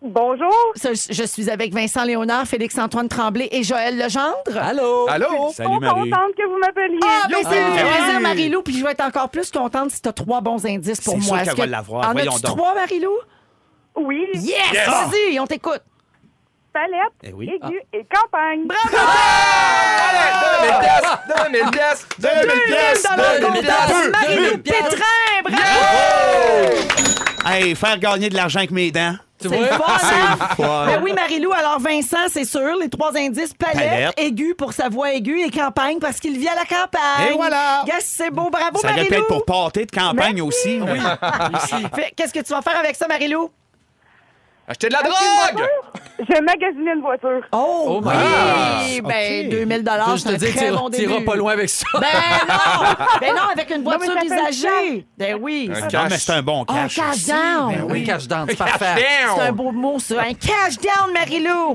S6: Bonjour.
S1: Ce- Je suis avec Vincent Léonard, Félix-Antoine Tremblay et Joël Legendre.
S4: Allô?
S2: Allô?
S6: Je suis contente que vous m'appeliez.
S1: Ah, ben, ça me fait
S2: Marie-Lou.
S1: plaisir, Marie-Lou, puis je vais être encore plus contente si tu as trois bons indices pour
S5: C'est sûr
S1: moi.
S5: qu'elle
S1: Est-ce
S5: va
S1: que-
S5: l'avoir,
S1: En
S5: voyons
S1: as-tu
S5: donc.
S1: trois, Marie-Lou?
S6: Oui,
S1: Yes! Vas-y, on t'écoute.
S6: palette,
S5: Eh oui.
S6: aigu et campagne.
S2: Allez, 2000 pièces! 2000 pièces! 2000
S1: Dans
S2: pièces!
S1: le compteur,
S2: 2000
S1: Marie-Lou
S2: pièces!
S1: Pétrin, bravo!
S5: Hey, faire gagner de l'argent avec mes dents.
S4: Tu
S1: C'est le
S4: vois?
S1: fun, hein? Ben oui, Marie-Lou, alors Vincent, c'est sûr, les trois indices, palette,
S5: Palette.
S1: aigu pour sa voix aiguë et campagne parce qu'il vit à la campagne.
S5: Et voilà.
S1: Yes, c'est beau, bravo
S5: Ça aurait pu
S1: Marie-Lou!
S5: être pour pâté de campagne aussi. Oui.
S1: Fait- Qu'est-ce que tu vas faire avec ça, Marie-Lou?
S2: Achetez de la drogue!
S6: Je magasinais une voiture.
S1: Oh,
S4: my
S1: oui!
S4: God.
S1: Ben,
S4: Ok.
S1: 2000
S4: Je veux
S1: dollars,
S4: juste
S1: c'est
S4: te
S1: un
S4: dire,
S1: très bon
S4: t'iras- t'iras
S1: début.
S4: pas loin avec ça.
S1: Ben non! Ben non, avec une
S6: mais
S1: voiture
S6: ça fait le
S1: usagée. Ben oui.
S2: Un
S1: C'est-
S5: Non, mais c'est un bon
S1: Oh, un
S5: cash.
S1: cash down!
S4: Ben oui, cash down, c'est parfait.
S1: C'est un beau mot, ça. Un cash down, Marie-Lou!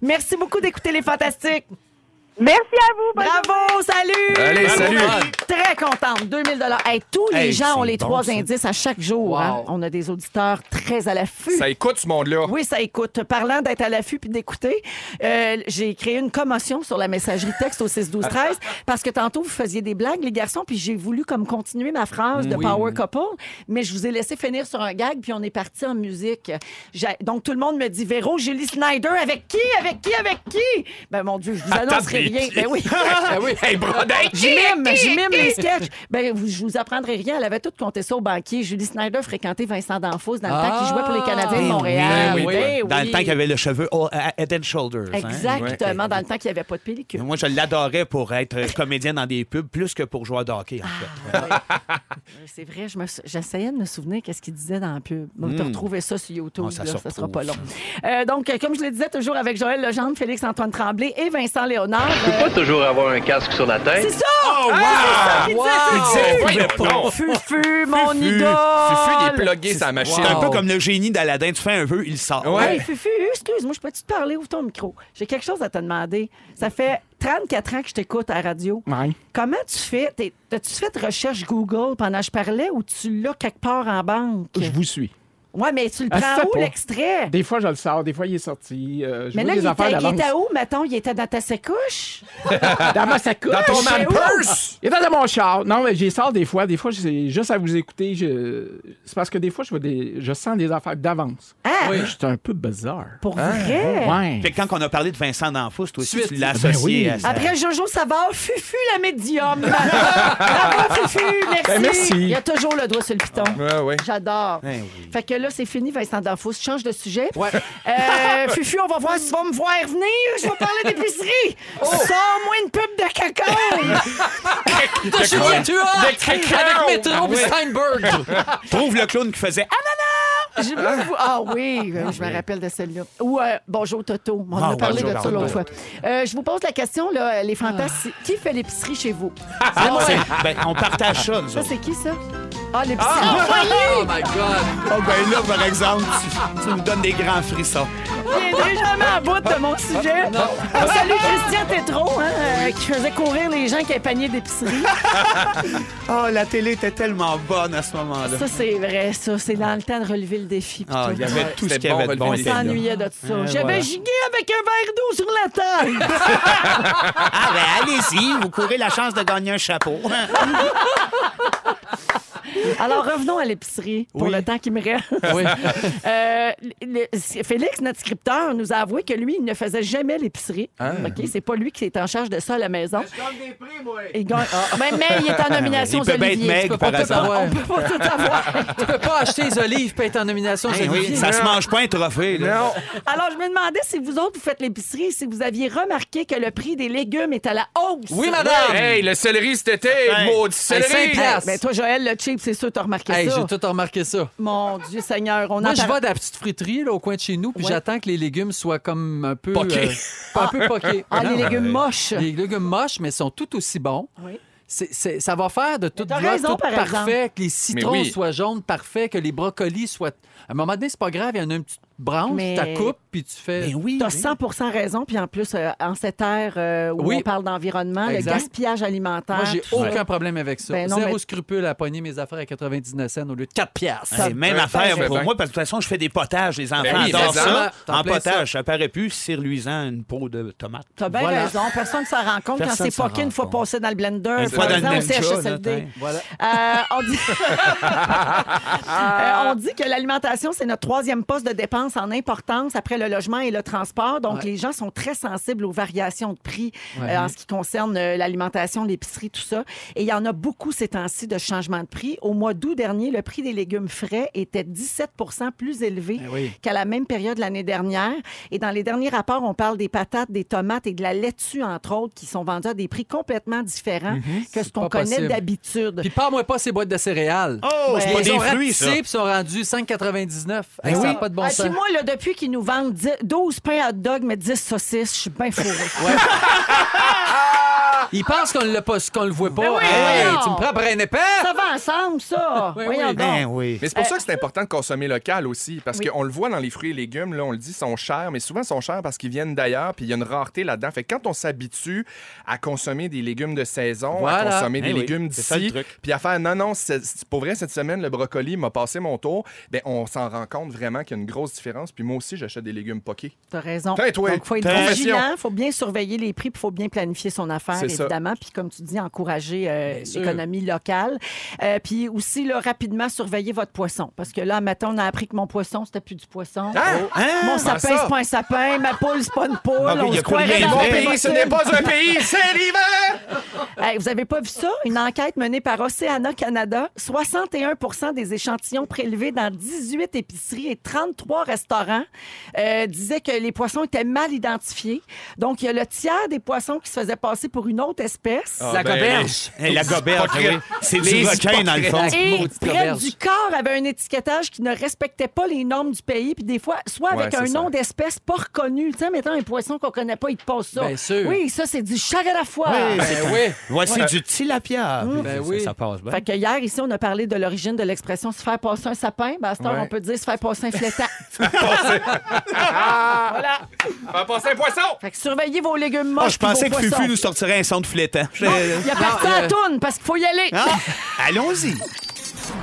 S1: Merci beaucoup d'écouter Les Fantastiques.
S6: Merci à vous. bonne
S1: Bravo, salut!
S2: Allez, salut!
S1: Très contente, 2000 dollars. tous les
S5: Hey,
S1: gens ont
S5: c'est
S1: les
S5: bon,
S1: trois
S5: ça.
S1: indices à chaque jour.
S4: Wow.
S1: hein. On a des auditeurs très à l'affût.
S2: Ça écoute ce monde-là.
S1: Oui, ça écoute. Parlant d'être à l'affût puis d'écouter, euh, j'ai créé une commotion sur la messagerie texte au 6 12 13 parce que tantôt vous faisiez des blagues les garçons puis j'ai voulu comme continuer ma phrase de Power Couple, mais je vous ai laissé finir sur un gag puis on est parti en musique. J'ai- Donc tout le monde me dit Véro, Julie Snyder avec qui Avec qui Avec qui Ben mon dieu, je vous annoncerai
S2: mais-
S1: rien. Ben oui.
S2: Ah oui! Hey, Brodin!
S1: Je mime, je mime les sketchs. Ben, vous- je vous apprendrai rien. Elle avait tout compté ça au banquier. Julie Snyder fréquentait Vincent Danfos dans le temps qu'il jouait pour les Canadiens de Montréal.
S5: Ben Ah! oui,
S1: Ben
S5: Dans
S1: oui.
S5: le temps qu'il avait le cheveu all- à- head and shoulders. hein.
S1: Exactement, dans le temps qu'il n'y avait pas de
S5: Et
S1: pellicule.
S5: Moi, je l'adorais pour être euh, comédien dans des pubs plus que pour joueur de hockey, en
S1: Ah.
S5: fait.
S1: C'est vrai, je me sou- j'essayais de me souvenir qu'est-ce qu'il disait dans la pub. On va te retrouver ça sur YouTube,
S5: Hmm. Ah, ça
S1: là,
S5: se
S1: ça sera
S5: retrouve,
S1: pas long. Euh, donc, euh, comme je le disais, toujours avec Joël Legendre, Félix-Antoine Tremblay et Vincent Léonard. euh,
S7: Pas toujours avoir un casque sur la tête.
S1: c'est ça!
S5: Oh,
S1: Ah, c'est ça qu'il disait,
S2: Voyons donc.
S1: c'est Fufu! Fufu, mon
S2: Fufu,
S1: idole!
S2: Fufu, il est plugué sa machine.
S5: C'est un
S4: Wow.
S5: peu comme le génie d'Aladin. Tu fais un vœu, il sort.
S2: Ouais.
S1: Hey, Fufu, excuse-moi, je peux-tu te parler? Ouvre ton micro. J'ai quelque chose à te demander. Ça fait 34 ans que je t'écoute à la radio. Comment tu fais? T'es- T'as-tu fait recherche Google pendant que je parlais ou tu l'as quelque part en banque?
S8: Je vous suis.
S1: Ouais, mais tu le
S8: Ah,
S1: prends
S8: ça
S1: où,
S8: pas.
S1: l'extrait?
S8: Des fois, je le sors, des fois, il est sorti. euh, je
S1: Mais
S8: vois
S1: là, il
S8: des affaires
S1: était, il
S8: d'avance.
S1: était où, mettons? Il était dans ta secouche?
S8: Dans ma sacoche.
S2: Dans ton man
S1: où?
S2: purse!
S8: Il était dans mon char. Non, mais j'y sors des fois. Des fois, c'est juste à vous écouter. je- C'est parce que des fois, je, vois des... je sens des affaires d'avance.
S1: Ah,
S8: Oui. C'est un peu bizarre.
S1: pour vrai?
S8: Ouais.
S5: Fait que quand on a parlé de Vincent D'Anfous, toi aussi,
S4: Suite.
S5: tu l'as associé
S8: Ben oui.
S5: à ça.
S1: Après Jojo Savard, Fufu la médium. Bravo, Fufu, merci.
S8: Ben, merci.
S1: Il a toujours le doigt sur le piton.
S2: Ouais, ouais.
S1: J'adore.
S5: Ben oui.
S1: Fait que là, c'est fini, Vincent D'Anfos. Change de sujet. Euh, Fufu, on va voir si tu vas me voir venir. Je vais parler d'épicerie.
S5: Oh.
S1: Sors-moi une pub de cacao.
S4: De Julien Tuat!
S2: De Cricrao!
S4: Avec Métro et Steinberg!
S5: Trouve le clown qui faisait ah,
S1: Je me vois- Ah oui, euh, je me rappelle de celle-là. Ou euh, Bonjour Toto. On en a
S5: Ah,
S1: parlé
S5: bonjour,
S1: de ça l'autre fois. Euh, je vous pose la question, là, les fantasmes. Qui fait l'épicerie chez vous? C'est moi.
S5: Ah, c'est- ben, on partage ça, nous
S1: Ça,
S5: autres.
S1: c'est qui, ça? Ah, l'épicerie.
S4: Oh my God!
S5: Ah, ben là, par exemple, tu, tu me donnes des grands frissons.
S1: viendrai jamais à bout de mon
S5: Ah,
S1: sujet. On salue Christian Tétrault, hein, euh, qui faisait courir les gens qui avaient panier d'épicerie.
S5: Ah, la télé était tellement bonne à ce moment-là.
S1: Ça, c'est vrai, ça. C'est dans le temps de relever le défi. pis
S5: Ah,
S1: tout.
S5: il y avait tout ce
S2: c'était
S5: qu'il y avait de
S2: bon,
S5: bon.
S1: On
S2: relever
S5: était là.
S1: s'ennuyait de tout ça. J'avais
S5: voilà.
S1: gigué avec un verre d'eau sur la table.
S5: Ah, ben allez-y, vous courez la chance de gagner un chapeau.
S1: Ah, Alors, revenons à l'épicerie pour le temps qui me reste.
S4: Oui.
S1: Euh, le- le- Félix, notre scripteur, nous a avoué que lui, il ne faisait jamais l'épicerie.
S5: Ah.
S1: OK? C'est pas lui qui est en charge de ça à la maison. Il gagne- Ah, Mais, mais il est en nomination
S5: Il peut
S1: aux
S5: bien être
S1: Oliviers.
S5: maigre,
S1: Tu peux
S5: par
S1: pas- on peut
S5: hasard.
S1: pas- On peut pas tout avoir.
S4: Tu peux pas acheter les olives puis être en nomination aux
S5: Eh oui,
S4: oliviers.
S5: ça se mange pas un trophée, là.
S2: Non!
S1: Alors, je me demandais si vous autres, vous faites l'épicerie, si vous aviez remarqué que le prix des légumes est à la hausse.
S4: Oui, madame!
S2: Hey, le céleri cet été!
S5: Hey.
S2: Maudit
S4: Hey, cinq
S2: céleri!
S4: places.
S1: Ben, toi, Joël, le cheap, c'est sûr, t'as remarqué
S4: Hey,
S1: ça.
S4: j'ai tout remarqué ça.
S1: Mon Dieu Seigneur, on
S4: Moi,
S1: en
S4: je
S1: parle-
S4: vais dans la petite friterie là, au coin de chez nous, puis
S1: Ouais.
S4: j'attends que les légumes soient comme un peu...
S5: Poqués.
S4: euh, un peu poqués.
S1: Ah, les
S4: Non, ben,
S1: légumes
S5: euh,
S1: moches.
S4: Les légumes moches, mais sont tout aussi bons.
S1: Oui.
S4: C'est- c'est- ça va faire de tout,
S1: t'as
S4: bloc,
S1: raison,
S4: tout
S1: par exemple.
S4: parfait, que les citrons
S2: Mais oui.
S4: soient jaunes, parfait, que les brocolis soient. À un moment donné, c'est pas grave, il y en a une petite branche,
S1: Mais-
S4: tu la coupes, puis tu fais.
S5: Ben oui.
S1: Tu as
S5: ben oui.
S1: 100 raison. Puis en plus, euh, en cette ère euh, où
S4: Oui.
S1: on parle d'environnement, le
S4: Exact.
S1: gaspillage alimentaire.
S4: Moi, j'ai
S1: tout ça.
S4: aucun problème avec ça.
S1: Ben non,
S4: Zéro
S1: mais-
S4: scrupule à pogner mes affaires à 99 cents au lieu de 4 piastres.
S5: C'est même
S2: ça
S5: affaire
S2: fait
S5: pour
S2: bien.
S5: moi, parce que de toute façon, je fais des potages, les enfants
S2: Ben oui,
S5: adorent
S2: mais
S5: ça.
S4: ça, t'en
S5: En
S4: plein
S5: potage, ça paraît plus, cirluisant une peau de tomate.
S1: T'as bien
S4: Voilà.
S1: raison. Personne ne s'en rend compte
S4: Personne
S1: quand c'est
S4: s'en
S1: poqué
S4: rend
S1: une fois
S4: compte.
S1: passé dans le blender,
S2: c'est
S1: par
S2: pas dans
S1: exemple,
S2: le
S1: au
S5: même chat, là,
S1: CHSLD.
S5: t'as-
S4: Voilà.
S1: Euh, on, dit... Euh,
S4: Ah.
S1: on dit que l'alimentation, c'est notre troisième poste de dépense en importance après le logement et le transport. Donc,
S4: Ouais.
S1: les gens sont très sensibles aux variations de prix euh,
S4: Ouais.
S1: en ce qui concerne euh, l'alimentation, l'épicerie, tout ça. Et il y en a beaucoup ces temps-ci de changements de prix. Au mois d'août dernier, le prix des légumes frais était 17 plus élevé
S4: Ben oui.
S1: qu'à la même période l'année dernière. Et dans les derniers rapports, on parle des patates, des tomates et de la laitue, entre autres, qui sont vendues à des prix complètement différents que ce
S4: Mhm. C'est
S1: qu'on
S4: pas
S1: connaît
S4: possible.
S1: d'habitude.
S4: Puis parle-moi pas ces boîtes de céréales.
S5: Oh,
S1: c'est
S5: c'est
S1: pas
S5: pas
S4: Ils ont
S5: des fruits, ça.
S4: ratissé puis sont rendus 5,99. Hey, ça n'a pas de bon
S1: Ah,
S4: sens.
S1: puis moi, là, depuis qu'ils nous vendent 10 12 pains hot dog, mais 10 saucisses, je suis bien fourrée.
S4: Ils pensent qu'on ne le voit pas.
S1: Ben oui,
S4: Hey,
S1: voyons.
S4: tu me prends pour un épais?
S1: ça va ensemble, ça!
S4: Oui,
S1: Voyons
S4: oui.
S1: donc.
S2: Hein.
S5: Ben oui.
S2: Mais c'est pour ça que c'est important de consommer local aussi, parce qu'on le voit dans les fruits et légumes, là, on le dit, sont chers, mais souvent sont chers parce qu'ils viennent d'ailleurs, puis il y a une rareté là-dedans. Fait que quand on s'habitue à consommer des légumes de saison, à
S4: Voilà.
S2: consommer des
S5: Eh oui,
S2: légumes
S5: c'est ça, le
S2: d'ici,
S5: truc.
S2: puis à faire non, non, c'est- c'est- pour vrai, cette semaine, le brocoli m'a passé mon tour, ben on s'en rend compte vraiment qu'il y a une grosse différence. Puis moi aussi, j'achète des légumes poqués.
S1: T'as raison.
S2: Hey, toi,
S1: Donc, faut être
S2: confession.
S1: vigilant, faut bien surveiller les prix, puis faut bien planifier son affaire,
S2: C'est ça.
S1: évidemment. Puis, comme tu dis, encourager euh,
S4: sûr.
S1: l'économie locale. Euh, puis aussi, là, rapidement, surveiller votre poisson. Parce que là, maintenant, on a appris que mon poisson, c'était plus du poisson.
S2: Hein?
S5: Hein?
S1: Mon sapin,
S2: ça.
S1: c'est pas un sapin. Ma poule, c'est pas une poule.
S5: Ah
S1: on
S5: oui, y a
S1: se
S5: plus
S1: croirait
S5: rien
S1: dans
S5: de
S2: Mon
S1: la
S5: vrai.
S2: pays, ce n'est pas un pays, c'est l'hiver!
S1: Hey, vous avez pas vu ça? Une enquête menée par Océana Canada. 61 des échantillons prélevés dans 18 épiceries et 33 restaurants euh, disaient que les poissons étaient mal identifiés. Donc, il y a le tiers des poissons qui se faisaient passer pour une autre espèce.
S2: Ah,
S4: la
S2: ben,
S4: goberge.
S5: Eh, La goberge,
S2: hypocrites.
S5: oui. c'est
S2: Les
S5: du requin dans le fond.
S4: hypocrites.
S1: Et
S4: Maudite
S1: près
S4: auberge.
S1: du corps avait un étiquetage qui ne respectait pas les normes du pays, puis des fois, soit avec
S2: Ouais,
S1: un
S2: c'est
S1: nom
S2: ça.
S1: d'espèce pas reconnu. Tu sais, mettons, un poisson qu'on connaît pas, il te passe ça.
S4: Bien sûr.
S1: Oui, ça, c'est du char à la fois.
S4: Ben oui.
S5: Voici du tilapia.
S4: Ben
S5: Ça-
S4: oui.
S5: Ça passe bien.
S1: Fait que hier, ici, on a parlé de l'origine de l'expression se faire passer un sapin. Ben, à cette heure,
S2: Ouais.
S1: on peut dire se faire passer un flétan.
S2: On va passer un poisson!
S1: fait que surveillez vos légumes morts.
S5: Ah, je pensais que Fufu nous sortirait un son de flétan.
S1: Il y a parti à
S4: euh,
S1: tourne parce qu'il faut y aller.
S5: Ah, Allons-y.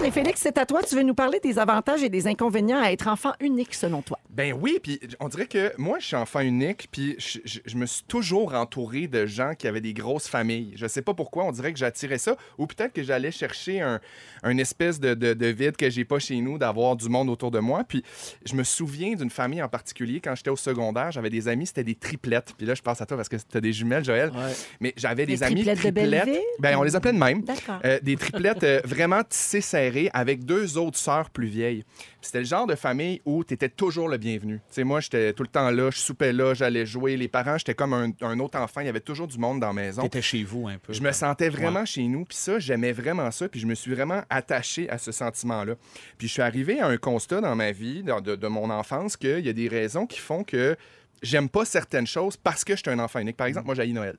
S1: Mais Félix, c'est à toi. Tu veux nous parler des avantages et des inconvénients à être enfant unique, selon toi.
S2: Ben oui, puis on dirait que moi, je suis enfant unique, puis je, je- je me suis toujours entouré de gens qui avaient des grosses familles. Je sais pas pourquoi, on dirait que j'attirais ça, ou peut-être que j'allais chercher un, un espèce de, de, de vide que j'ai pas chez nous, d'avoir du monde autour de moi. Puis je me souviens d'une famille en particulier, quand j'étais au secondaire, j'avais des amis, c'était des triplettes. Puis là, je pense à toi parce que t'as des jumelles, Joël. Mais j'avais des
S1: Les
S2: amis
S1: triplettes de Belleville?
S2: ben, on les appelait de même.
S1: D'accord.
S2: Euh, des triplettes euh, vraiment tissées serrées avec deux autres sœurs plus vieilles. Puis C'était le genre de famille où tu étais toujours le bienvenu. Tu sais, moi, j'étais tout le temps là, je soupais là, j'allais jouer. Les parents, j'étais comme un, un autre enfant. Il y avait toujours du monde dans la maison.
S5: T'étais chez vous un peu.
S2: Je me sentais vraiment chez nous, puis ça, j'aimais vraiment ça, puis je me suis vraiment attaché à ce sentiment-là. Puis je suis arrivé à un constat dans ma vie, dans- de, de mon enfance, qu'il y a des raisons qui font que j'aime pas certaines choses parce que je suis un enfant unique. Par exemple, moi, j'ai Noël.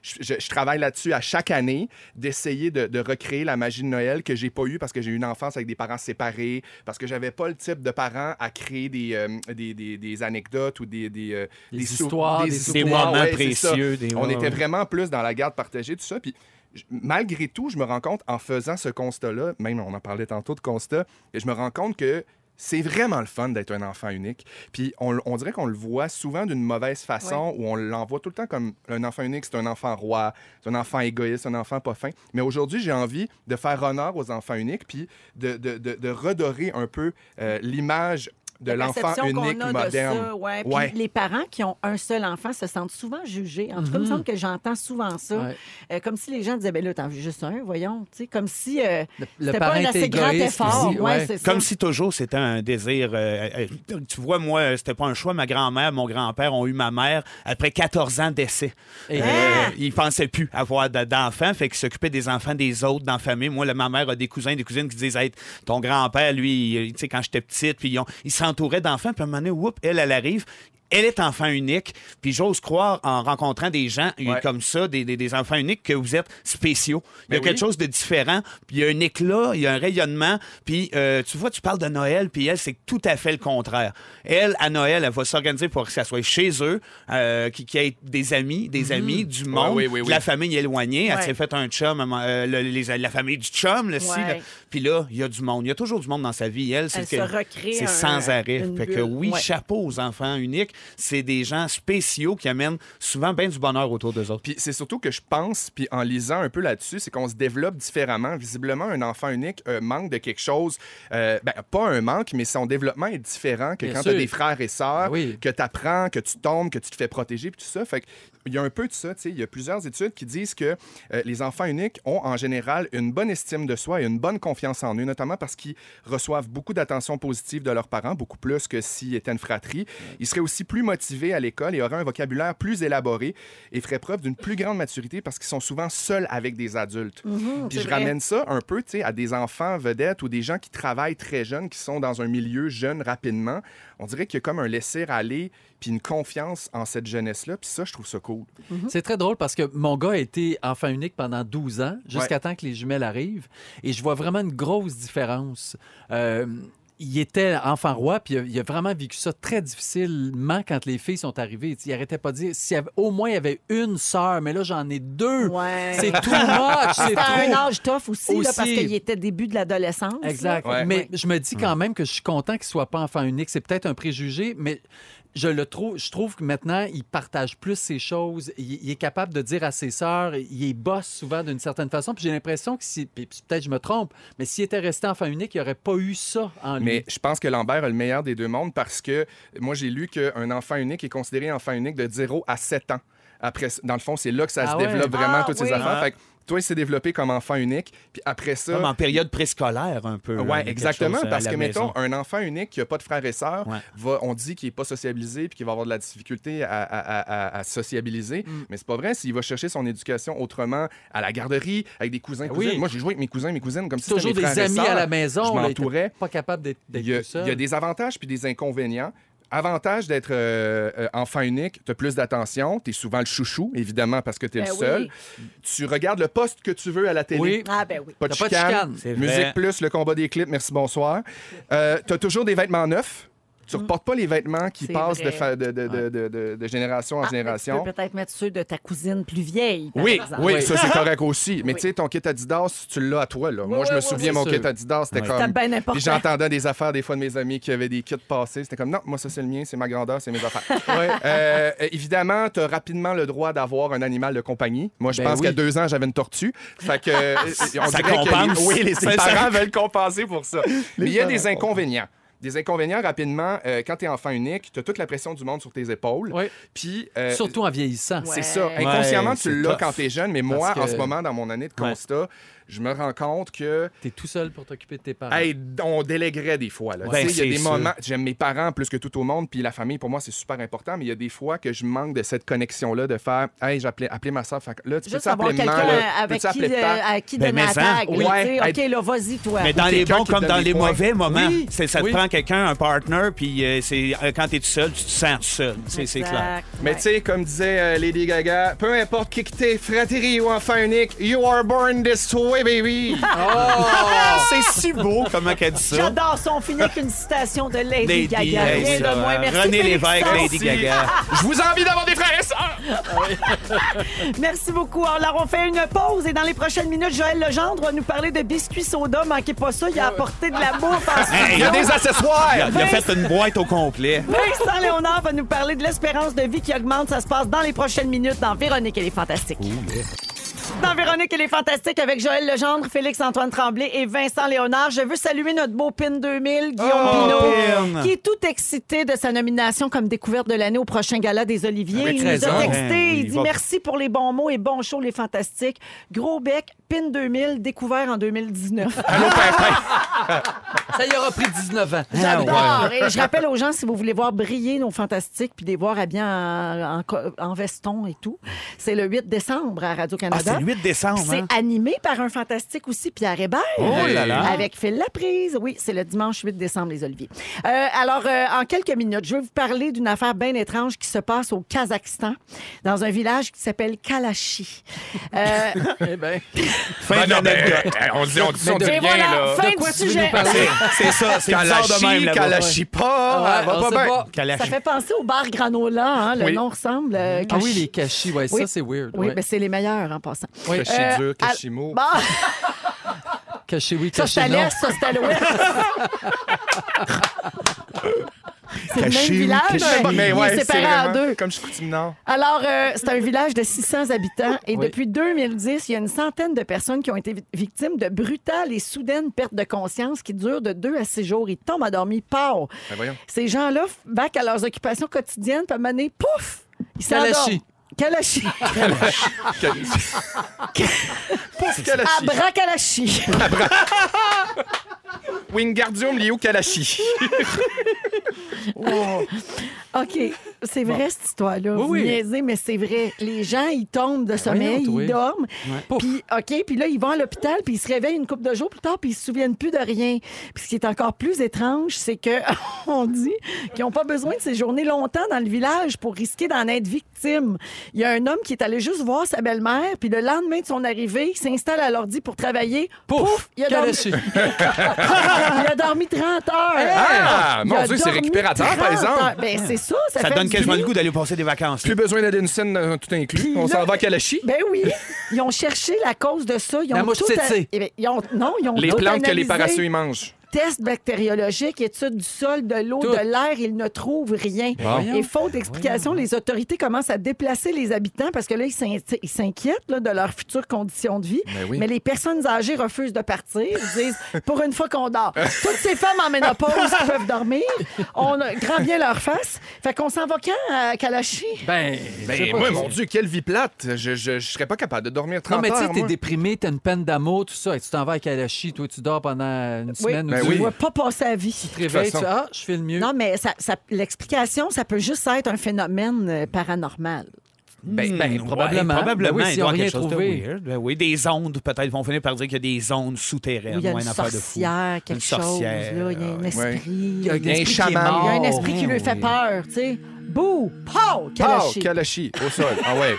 S2: Je, je- je travaille là-dessus à chaque année d'essayer de, de recréer la magie de Noël que j'ai pas eue parce que j'ai eu une enfance avec des parents séparés, parce que j'avais pas le type de parents à créer des, euh, des, des- des anecdotes ou des, des, euh,
S4: Des
S2: sou-
S4: histoires, des
S5: Des
S2: histoires,
S5: moments
S2: ouais, c'est ça.
S5: précieux. Des...
S2: On
S5: ouais,
S2: était vraiment plus dans la garde partagée, tout ça. Puis je- malgré tout, je me rends compte, en faisant ce constat-là, même on en parlait tantôt de constat, et je me rends compte que c'est vraiment le fun d'être un enfant unique. Puis on, l- on dirait qu'on le voit souvent d'une mauvaise façon, où on l'envoie tout le temps comme un enfant unique, c'est un enfant roi, c'est un enfant égoïste, un enfant pas fin. Mais aujourd'hui, j'ai envie de faire honneur aux enfants uniques, puis de, de- de- de redorer un peu euh, l'image de
S1: La
S2: l'enfant
S1: perception qu'on
S2: unique
S1: a de
S2: moderne.
S1: ça, ouais. Puis
S2: Ouais.
S1: les parents qui ont un seul enfant se sentent souvent jugés. En tout cas, il me semble que j'entends souvent ça.
S4: Ouais.
S1: Euh, comme si les gens disaient, ben là, t'en veux juste un, voyons. Tu sais, comme si euh,
S4: Le- le
S1: c'était pas
S4: parent
S1: un
S4: était
S1: assez grand
S4: égoïste
S1: effort.
S4: aussi,
S1: Ouais,
S4: ouais.
S1: c'est ça.
S5: Comme si toujours c'était un désir. euh, euh, euh, tu vois, moi, euh, c'était pas un choix. Ma grand-mère, mon grand-père ont eu ma mère après 14 ans d'essai.
S4: Et-
S5: Euh,
S1: ah!
S5: Ils pensaient plus avoir d- d'enfants, fait qu'ils s'occupaient des enfants des autres dans la famille. Moi, là, ma mère a des cousins, des cousines qui disent Hey, ton grand-père, lui, il- tu sais, quand j'étais petite, puis ils, ont- ils s'entouraient d'enfants, puis à un moment donné, whoop, elle, elle arrive. Elle est enfant unique, puis j'ose croire, en rencontrant des gens euh,
S2: Ouais.
S5: comme ça, des, des- des enfants uniques, que vous êtes spéciaux. Il y a
S2: Ben
S5: quelque
S2: oui.
S5: chose de différent, puis il y a un éclat, il y a un rayonnement, puis euh, tu vois, tu parles de Noël, puis elle, c'est tout à fait le contraire. Elle, à Noël, elle va s'organiser pour que ça soit chez eux, euh, qu'il y ait des amis,
S1: Mm-hmm.
S5: des amis, du monde,
S2: oui, oui,
S5: de
S2: oui.
S5: la famille éloignée. Elle
S1: Ouais.
S5: s'est fait un chum, euh, le- les- la famille du chum, le si,
S1: Ouais.
S5: là. Puis là, il y a du monde. Il y a toujours du monde dans sa vie. Elle, c'est
S1: Elle
S5: que-
S1: se recrée
S5: C'est
S1: un-
S5: sans arrêt.
S1: une
S5: Fait que
S1: bulle.
S5: oui,
S1: Ouais.
S5: chapeau aux enfants uniques. C'est des gens spéciaux qui amènent souvent bien du bonheur autour d'eux autres.
S2: Puis c'est surtout que je pense, puis en lisant un peu là-dessus, c'est qu'on se développe différemment. Visiblement, un enfant unique euh, manque de quelque chose. Euh, ben, pas un manque, mais son développement est différent que
S4: Bien
S2: quand tu
S4: sûr.
S2: as des frères et sœurs,
S4: Ah oui.
S2: que tu apprends, que tu tombes, que tu te fais protéger, puis tout ça. Fait que il y a un peu de ça. tu sais. Il y a plusieurs études qui disent que euh, les enfants uniques ont en général une bonne estime de soi et une bonne confiance en eux, notamment parce qu'ils reçoivent beaucoup d'attention positive de leurs parents, beaucoup plus que s'ils étaient une fratrie. Ils seraient aussi plus motivés à l'école et auraient un vocabulaire plus élaboré et feraient preuve d'une plus grande maturité parce qu'ils sont souvent seuls avec des adultes. Puis
S1: Mm, c'est
S2: je
S1: vrai.
S2: ramène ça un peu tu sais, à des enfants vedettes ou des gens qui travaillent très jeunes, qui sont dans un milieu jeune rapidement. On dirait qu'il y a comme un laisser-aller puis une confiance en cette jeunesse-là. Puis ça, je trouve ça cool.
S4: C'est très drôle parce que mon gars a été enfant unique pendant 12 ans, jusqu'à
S2: Ouais.
S4: temps que les jumelles arrivent. Et je vois vraiment une grosse différence. Euh, il était enfant roi, puis il a, il a vraiment vécu ça très difficilement quand les filles sont arrivées. Il arrêtait pas de dire, s'il y avait- au moins il y avait une sœur, mais là j'en ai deux.
S1: Ouais.
S4: C'est too much,
S2: Ah,
S4: c'est
S1: C'était un
S4: trop.
S1: âge tough aussi, là,
S4: Aussi.
S1: parce qu'il était début de l'adolescence.
S4: Exact.
S2: Ouais.
S4: Mais
S1: Ouais. Hmm.
S4: je me dis quand même que je suis content qu'il soit pas enfant unique. C'est peut-être un préjugé, mais je le trouve. Je trouve que maintenant il partage plus ses choses. Il, il est capable de dire à ses sœurs. Il est boss souvent d'une certaine façon. Puis j'ai l'impression que si, puis peut-être je me trompe, mais s'il était resté enfant unique, il aurait pas eu ça en Ah, lui.
S2: Mais je pense que Lambert a le meilleur des deux mondes parce que moi, j'ai lu qu'un enfant unique est considéré enfant unique de 0 à 7 ans. Après, dans le fond, c'est là que ça
S4: Ah
S2: se
S4: ouais.
S2: développe vraiment,
S1: Ah
S2: toutes
S1: oui.
S2: ces affaires.
S5: Ah.
S2: Fait que toi, il s'est développé comme enfant unique. Puis après ça.
S4: Ah
S5: Comme en période préscolaire, un peu.
S2: Ouais,
S5: hein, quelque
S2: exactement.
S5: chose, euh, à
S2: parce
S5: la
S2: que,
S5: maison.
S2: mettons, un enfant unique qui n'a pas de frères et sœurs,
S5: Ouais.
S2: va- on dit qu'il n'est pas sociabilisé puis qu'il va avoir de la difficulté à, à- à- à- à sociabiliser.
S4: Mm.
S2: Mais c'est pas vrai. S'il va chercher son éducation autrement, à la garderie, avec des cousins,
S4: Ah
S2: cousines.
S4: oui.
S2: Moi, j'ai joué avec mes cousins, mes cousines, comme si c'était
S4: toujours
S2: mes
S4: des
S2: frères et
S4: amis à la
S2: sœurs.
S4: maison.
S2: Je
S4: là, il était
S2: m'entourais.
S4: Pas capable d'être d'être
S2: Il y, a,
S4: tout seul.
S2: il y a des avantages puis des inconvénients. Avantage d'être euh, euh, enfant unique, tu as plus d'attention, tu es souvent le chouchou, évidemment, parce que tu es
S1: Ben
S2: le
S1: oui.
S2: seul. Tu regardes le poste que tu veux à la télé.
S4: Oui.
S1: Ah ben oui.
S2: Pas de
S4: T'as pas de
S2: chicane.
S4: chicane. C'est
S5: vrai.
S2: Musique plus, le combat des clips, merci, bonsoir. Euh, tu as toujours des vêtements neufs. Tu reportes pas les vêtements qui
S1: Mm. C'est
S2: passent de,
S1: vrai.
S2: fa- de, de- de- de- de- de génération en
S1: Ah,
S2: génération.
S1: Tu peux peut-être mettre ceux de ta cousine plus vieille. par
S2: Oui,
S1: exemple.
S2: oui, ça c'est correct aussi. Mais tu sais, ton kit Adidas, tu l'as à toi. Là. Moi, je
S1: oui,
S2: me
S1: oui,
S2: souviens,
S4: oui,
S2: mon
S4: c'est sûr.
S2: kit Adidas, c'était
S5: Ouais.
S2: comme.
S1: C'était bien important.
S2: Puis j'entendais des affaires des fois de mes amis qui avaient des kits passés. C'était comme, non, moi, ça c'est le mien, c'est ma grandeur, c'est mes affaires. Euh, euh, évidemment, tu as rapidement le droit d'avoir un animal de compagnie. Moi, je
S4: Ben
S2: pense
S4: oui.
S2: qu'à deux ans, j'avais une tortue. Fait que, euh, on dirait
S5: Ça
S2: que les-
S5: compense.
S2: oui, les,
S5: Ça- ça-
S2: parents veulent compenser pour ça. Mais il y a des inconvénients. Des inconvénients rapidement, euh, quand tu es enfant unique, tu as toute la pression du monde sur tes épaules.
S4: Oui.
S2: Puis, euh,
S4: Surtout en vieillissant.
S1: Ouais.
S2: c'est ça. Inconsciemment,
S5: Ouais, c'est
S2: tu l'as
S5: tough.
S2: quand t'es jeune, mais moi,
S4: Parce
S2: en
S4: que-
S2: ce moment, dans mon année de
S5: Ouais.
S2: constat, je me rends compte que
S4: T'es tout seul pour t'occuper de tes parents.
S2: Hey, on déléguerait des fois. là.
S5: Ouais.
S2: Tu sais, il y
S5: Ben,
S2: a
S5: c'est
S2: des
S5: sûr.
S2: moments, j'aime mes parents plus que tout au monde, puis la famille, pour moi, c'est super important, mais il y a des fois que je manque de cette connexion-là, de faire, hey, j'appelais appeler ma soeur. Là, tu peux
S1: Juste avoir quelqu'un avec qui, euh, à qui
S5: Ben,
S1: donner la
S5: mais ça,
S1: tag.
S5: oui.
S1: là, tu sais,
S2: Ouais.
S1: OK, là, vas-y, toi.
S5: Mais dans
S2: Ou
S5: les
S2: quelqu'un
S5: bons
S2: qui
S5: comme
S2: te
S5: dans
S2: donne
S5: les
S2: des points.
S5: mauvais moments,
S4: Oui.
S5: C'est- ça te
S4: Oui.
S5: prend quelqu'un, un partner, puis euh, c'est euh, quand t'es tout seul, tu te sens seul. C'est c'est clair.
S1: Exact,
S2: Mais
S1: ouais.
S2: tu sais, comme disait euh, Lady Gaga, peu importe qui que t'es, fratrie ou enfant unique, you are born this way, baby.
S5: Ah, C'est si beau comment qu'elle dit ça.
S1: J'adore ça. On finit avec une citation de Lady, Gaga.
S5: Hey,
S1: Rien
S5: ça,
S1: de moins.
S5: hein.
S1: Merci,
S5: René
S1: Félixon.
S5: Lévesque, Lady
S2: Merci.
S5: Gaga.
S2: Je vous envie d'avoir des frères et sœurs.
S1: Merci beaucoup. Alors, on fait une pause et dans les prochaines minutes, Joël Legendre va nous parler de biscuits soda. Manquez pas ça.
S2: Ah
S1: Il a apporté de la bouffe en
S5: Hey,
S2: Il y a des accessoires.
S5: Il a, il a fait une boîte au complet.
S1: Vincent Léonard va nous parler de l'espérance de vie qui augmente. Ça se passe dans les prochaines minutes dans Véronique et les Fantastiques. Dans Véronique et les Fantastiques avec Joël Legendre, Félix-Antoine Tremblay et Vincent Léonard. Je veux saluer notre beau PIN 2000, Guillaume
S5: Oh,
S1: Pinault,
S5: Pin.
S1: qui est tout excité de sa nomination comme découverte de l'année au prochain gala des Oliviers.
S2: Avec
S1: il nous a
S2: raison.
S1: texté,
S5: Ben oui,
S1: il
S5: il
S1: dit
S5: va-
S1: merci pour les bons mots et bons shows, les Fantastiques. Gros bec, PIN 2000, découvert en 2019.
S4: Ça y aura pris 19 ans.
S2: Ah
S1: J'adore. Et je rappelle aux gens, si vous voulez voir briller nos fantastiques puis les voir à bien en, en co- en veston et tout, c'est le 8 décembre à Radio-Canada.
S5: Ah, le 8 décembre.
S1: Puis C'est
S5: hein.
S1: animé par un fantastique aussi, Pierre Hébert.
S5: Oh là là.
S1: Avec Phil Laprise. Oui, c'est le dimanche 8 décembre, les Oliviers. Euh, alors, euh, en quelques minutes, je vais vous parler d'une affaire bien étrange qui se passe au Kazakhstan, dans un village qui s'appelle Kalachi. Euh,
S8: Eh ben,
S5: Fin
S2: Ah
S5: de l'anecdote.
S2: ben, euh, on dit, on dit, on dit
S1: et
S2: rien,
S1: voilà,
S2: là.
S1: fin
S4: quoi
S1: du
S4: tu veux
S1: sujet.
S4: nous parler?
S5: C'est ça, c'est bizarre de
S2: Kalachi,
S5: même là-bas.
S2: Kalachi pas,
S4: Ah,
S2: elle va
S4: on
S2: pas
S4: sait
S2: bien.
S4: pas.
S5: Kalachi.
S1: Ça fait penser au bar Granola, hein, le
S2: Oui.
S1: nom ressemble. euh,
S4: Ah oui,
S1: Kashi.
S4: les cachis, ouais,
S1: Oui.
S4: ça, c'est weird.
S1: Oui,
S4: ouais.
S1: ben, c'est les meilleurs en passant.
S4: Oui. Euh,
S2: Cachidur,
S1: Euh, à-
S2: Cachimo.
S1: Bon,
S4: Caché, oui,
S1: ça,
S4: caché,
S1: c'est à
S4: non.
S1: l'est, ça, c'est à l'ouest. c'est le même
S2: Caché,
S1: village,
S2: caché.
S1: mais,
S2: Mais
S1: il
S2: ouais,
S1: est
S2: c'est
S1: séparé en
S2: vraiment
S1: deux.
S2: Comme je suis nord.
S1: Alors, euh, c'est un village de 600 habitants et
S4: Oui.
S1: depuis 2010, il y a une centaine de personnes qui ont été vi- victimes de brutales et soudaines pertes de conscience qui durent de 2 à 6 jours. Ils tombent endormis, pao.
S2: Ben voyons.
S1: Ces gens-là, f- back à leurs occupations quotidiennes, peuvent mener, pouf! Ils s'endorment.
S4: Kalachi.
S1: Kalachi. Ah.
S2: Pauvre Kalachi.
S1: Abracalachi.
S2: Wingardium Lio Kalachi.
S1: OK. C'est vrai, cette histoire-là. Vous
S4: oui. Ben
S1: niaisez, mais c'est vrai. Les gens, ils tombent de sommeil,
S4: voyons, toi.
S1: ils dorment.
S4: Pouf.
S1: Puis, OK, puis là, ils vont à l'hôpital, puis ils se réveillent une couple de jours plus tard, puis ils se souviennent plus de rien. Puis ce qui est encore plus étrange, c'est que on dit qu'ils n'ont pas besoin de séjourner longtemps dans le village pour risquer d'en être victime. Il y a un homme qui est allé juste voir sa belle-mère, puis le lendemain de son arrivée, il s'installe à l'ordi pour travailler.
S4: Pouf,
S1: il a dormi,
S4: Kalachi.
S1: il a dormi 30 heures.
S2: Ah,
S1: Il
S2: mon
S1: a
S2: Dieu, c'est
S1: dormi
S2: récupérateur,
S1: 30
S2: par
S1: heures.
S2: exemple.
S1: Ben, c'est ça. Ça,
S5: Ça
S1: fait du
S5: donne quasiment
S1: bien.
S5: le goût d'aller passer des vacances. là.
S2: Plus besoin d'aller une scène euh, tout inclus. On
S1: là-
S2: s'en va à Kalachi.
S1: Ben oui, ils ont cherché la cause de ça. Ils ont
S4: La mouche
S1: tout
S4: tsetse.
S1: Eh ben, ils ont, non, ils ont
S2: Les
S1: tout
S2: plantes que les
S1: analysé.
S2: parasites mangent.
S1: Tests bactériologiques, études du sol, de l'eau,
S4: Tout.
S1: de l'air, ils ne trouvent rien.
S4: Voyons.
S1: Et faute d'explication, les autorités commencent à déplacer les habitants parce que là, ils s'in- ils s'inquiètent là, de leurs futures conditions de vie.
S2: Ben oui.
S1: Mais les personnes âgées refusent de partir. Ils disent, pour une fois qu'on dort. Toutes ces femmes en ménopause qui peuvent dormir, on a- grand bien leur face. Fait qu'on s'en va quand à Kalachi?
S4: Ben, je sais
S2: Ben,
S4: pas.
S2: moi, mon Dieu, quelle vie plate. Je, je, je serais pas capable de dormir 30
S4: Non, mais tu sais,
S2: heures.
S1: hein.
S4: t'es
S2: moi.
S4: déprimé, t'as une peine d'amour, tout ça, et tu t'en vas à Kalachi, toi, tu dors pendant une semaine ou
S2: Ben
S1: tu
S4: deux.
S2: oui.
S1: vois pas passer la vie.
S4: Tu te réveilles, tu
S2: façon.
S4: fais, ah, je fais le mieux.
S1: Non, ben, mais ça, ça- l'explication, ça peut juste être un phénomène euh, paranormal.
S5: Ben,
S2: Hmm.
S4: ben, probablement.
S5: probablement.
S4: Ben oui,
S5: il
S4: s'ils
S5: doit y avoir
S4: ont rien
S5: quelque chose de
S4: trouvé.
S5: weird. Ben oui, des ondes, peut-être, vont finir par dire qu'il y a des ondes souterraines.
S1: Il y a
S5: ou
S1: une
S5: une affaire de fou.
S1: sorcière, quelque
S5: Une sorcière,
S1: chose. là. Il y a un
S5: ouais.
S1: esprit.
S4: Il y a un esprit qui est
S2: chaman.
S1: Il y a un
S4: mort.
S1: esprit qui
S5: ben
S1: lui fait
S5: oui.
S1: peur, tu sais. Bouh! Pow!
S2: Ah,
S1: Kalachi.
S2: Kalachi, au sol. Ah ouais.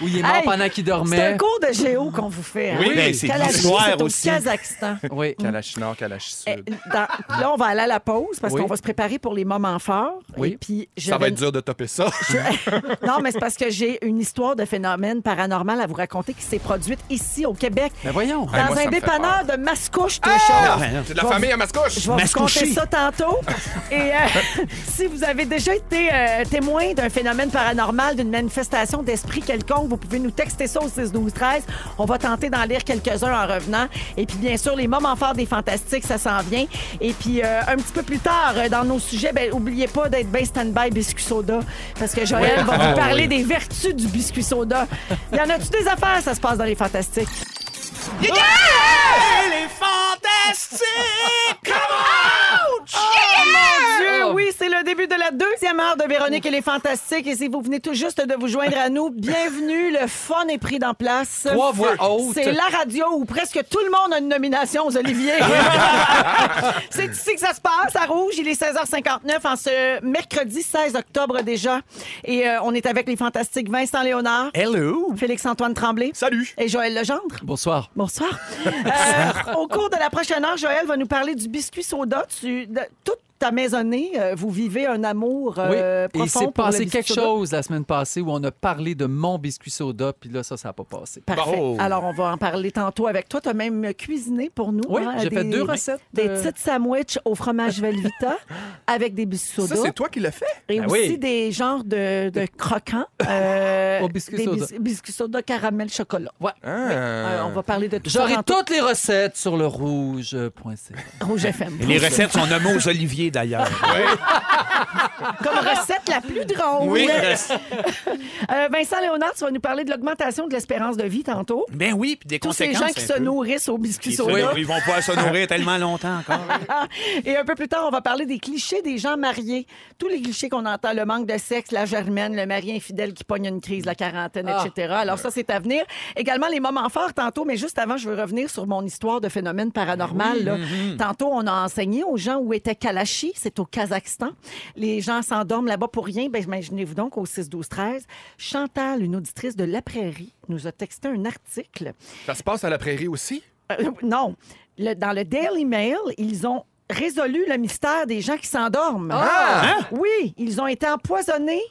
S4: Ou il est mort
S1: Hey,
S4: pendant qu'il
S1: C'est un
S4: dormait.
S1: cours de géo qu'on vous fait. hein?
S5: Oui, ben, c'est de
S1: Kalachi,
S5: l'histoire
S1: c'est au
S5: aussi.
S1: Kazakhstan.
S4: Oui.
S2: Kalachi Nord, Kalachi
S1: Eh,
S2: Sud.
S1: dans- là, on va aller à la pause parce
S4: Oui.
S1: qu'on va se préparer pour les moments forts.
S4: Oui.
S1: Et puis, je
S2: Ça va
S1: vais-
S2: être dur de topper ça.
S1: Non, mais c'est parce que j'ai une histoire de phénomène paranormal à vous raconter qui s'est produite ici au Québec.
S4: Ben voyons.
S1: Dans
S2: moi, ça
S1: un
S2: me fait
S1: dépanneur de Mascouche, tout
S2: Ah!
S1: chaud.
S2: C'est de la famille à Mascouche.
S1: Je vais vous
S5: Mascouché.
S1: conter ça tantôt. Et euh, si vous avez déjà été euh, témoin d'un phénomène paranormal, d'une manifestation d'esprit quelconque, vous pouvez nous texter ça au 6 12 13. On va tenter d'en lire quelques-uns en revenant. Et puis bien sûr, les moments forts des fantastiques, ça s'en vient. Et puis euh, un petit peu plus tard euh, dans nos sujets, ben oubliez pas d'être bien stand-by biscuit soda parce que Joël va vous parler des vertus du biscuit soda. Il y en a-tu des affaires, ça se passe dans les fantastiques. Dieu,
S4: Oh!
S1: oui, c'est le début de la deuxième heure de Véronique et les Fantastiques. Et si vous venez tout juste de vous joindre à nous, bienvenue. Le fun est pris dans place.
S4: Trois voix hautes.
S1: C'est la radio où presque tout le monde a une nomination aux Oliviers. c'est ici que ça se passe, à Rouge. Il est 16h59 en ce mercredi 16 octobre déjà. Et euh, on est avec les Fantastiques Vincent Léonard,
S5: Hello!
S1: Félix-Antoine Tremblay
S2: Salut.
S1: et Joël Legendre.
S4: Bonsoir.
S1: Bonsoir. Euh, au cours de la prochaine heure, Joël va nous parler du biscuit soda. Tu, de- toute ta maisonnée, euh, vous vivez un amour
S4: Oui,
S1: euh,
S4: et il
S1: profond pour
S4: s'est
S1: le
S4: passé
S1: biscuit
S4: quelque
S1: soda.
S4: chose la semaine passée où on a parlé de mon biscuit soda, puis là, ça, ça n'a pas passé.
S1: Parfait.
S2: Bon.
S1: Alors, on va en parler tantôt avec toi. Tu as même cuisiné pour nous. hein,
S4: Oui, j'ai
S1: des-
S4: fait deux recettes,
S1: Des
S4: euh,
S1: petites sandwichs au fromage Velvita avec des biscuits
S2: Ça,
S1: soda.
S2: c'est toi qui l'as fait.
S1: Et
S5: Ben
S1: aussi
S5: oui.
S1: des genres de, de croquants. euh,
S4: Au biscuit
S1: des
S4: soda.
S1: bis- biscuits soda, caramel, chocolat. Euh,
S2: Ah.
S1: on va parler de tout ça
S4: J'aurai
S1: tantôt.
S4: toutes les recettes sur le rouge.ca.
S1: Rouge FM.
S5: Les recettes sont nommées aux oliviers. variés, d'ailleurs.
S1: Comme recette la plus drôle.
S5: Oui.
S1: Euh, Vincent Léonard, tu vas nous parler de l'augmentation de l'espérance de vie tantôt.
S5: ben oui, puis des
S1: Tous ces
S5: conséquences.
S1: gens qui
S5: un
S1: se
S5: peu.
S1: nourrissent aux
S5: Ils
S1: biscuits
S5: se
S1: soda.
S5: nourrissent, ils vont pouvoir se nourrir tellement longtemps encore.
S1: Et un peu plus tard, on va parler des clichés des gens mariés. Tous les clichés qu'on entend, le manque de sexe, la germaine, le mari infidèle qui pogne une crise, la quarantaine,
S4: Ah.
S1: etc. Alors ça, c'est à venir. Également, les moments forts tantôt, mais juste avant, je veux revenir sur mon histoire de phénomène paranormal. là. Tantôt, on a enseigné aux gens où était Kalashi, c'est au Kazakhstan. Les gens s'endorment là-bas pour rien. Ben, imaginez-vous donc au 6-12-13. Chantal, une auditrice de La Prairie, nous a texté un article
S2: Ça se passe à la prairie aussi?
S1: euh, non. Le- dans le Daily Mail, ils ont résolu le mystère des gens qui s'endorment.
S5: Ah! Hein?
S1: Oui, ils ont été empoisonnés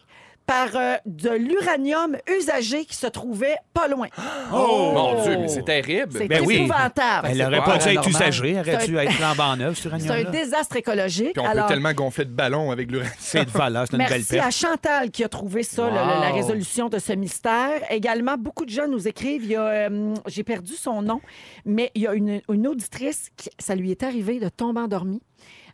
S1: par euh, de l'uranium usagé qui se trouvait pas loin.
S5: Oh!
S2: Mon Dieu, mais c'est terrible.
S1: C'est
S5: Ben oui.
S1: épouvantable.
S5: Elle
S1: Ah, C'est-
S5: aurait pas dû être
S4: normal.
S5: usagée, aurait dû
S1: C'est un-
S5: être flambant neuve, sur
S1: C'est un
S5: uranium-là.
S1: désastre écologique.
S2: Puis on
S1: Alors,
S2: peut tellement gonfler de ballons avec l'uranium.
S5: C'est de valeur, c'est une belle
S1: Merci à
S5: perte.
S1: Chantal qui a trouvé ça, le- le- la résolution de ce mystère. Également, beaucoup de gens nous écrivent. Il y a, euh, j'ai perdu son nom, mais il y a une, une auditrice qui, ça lui est arrivé de tomber endormie.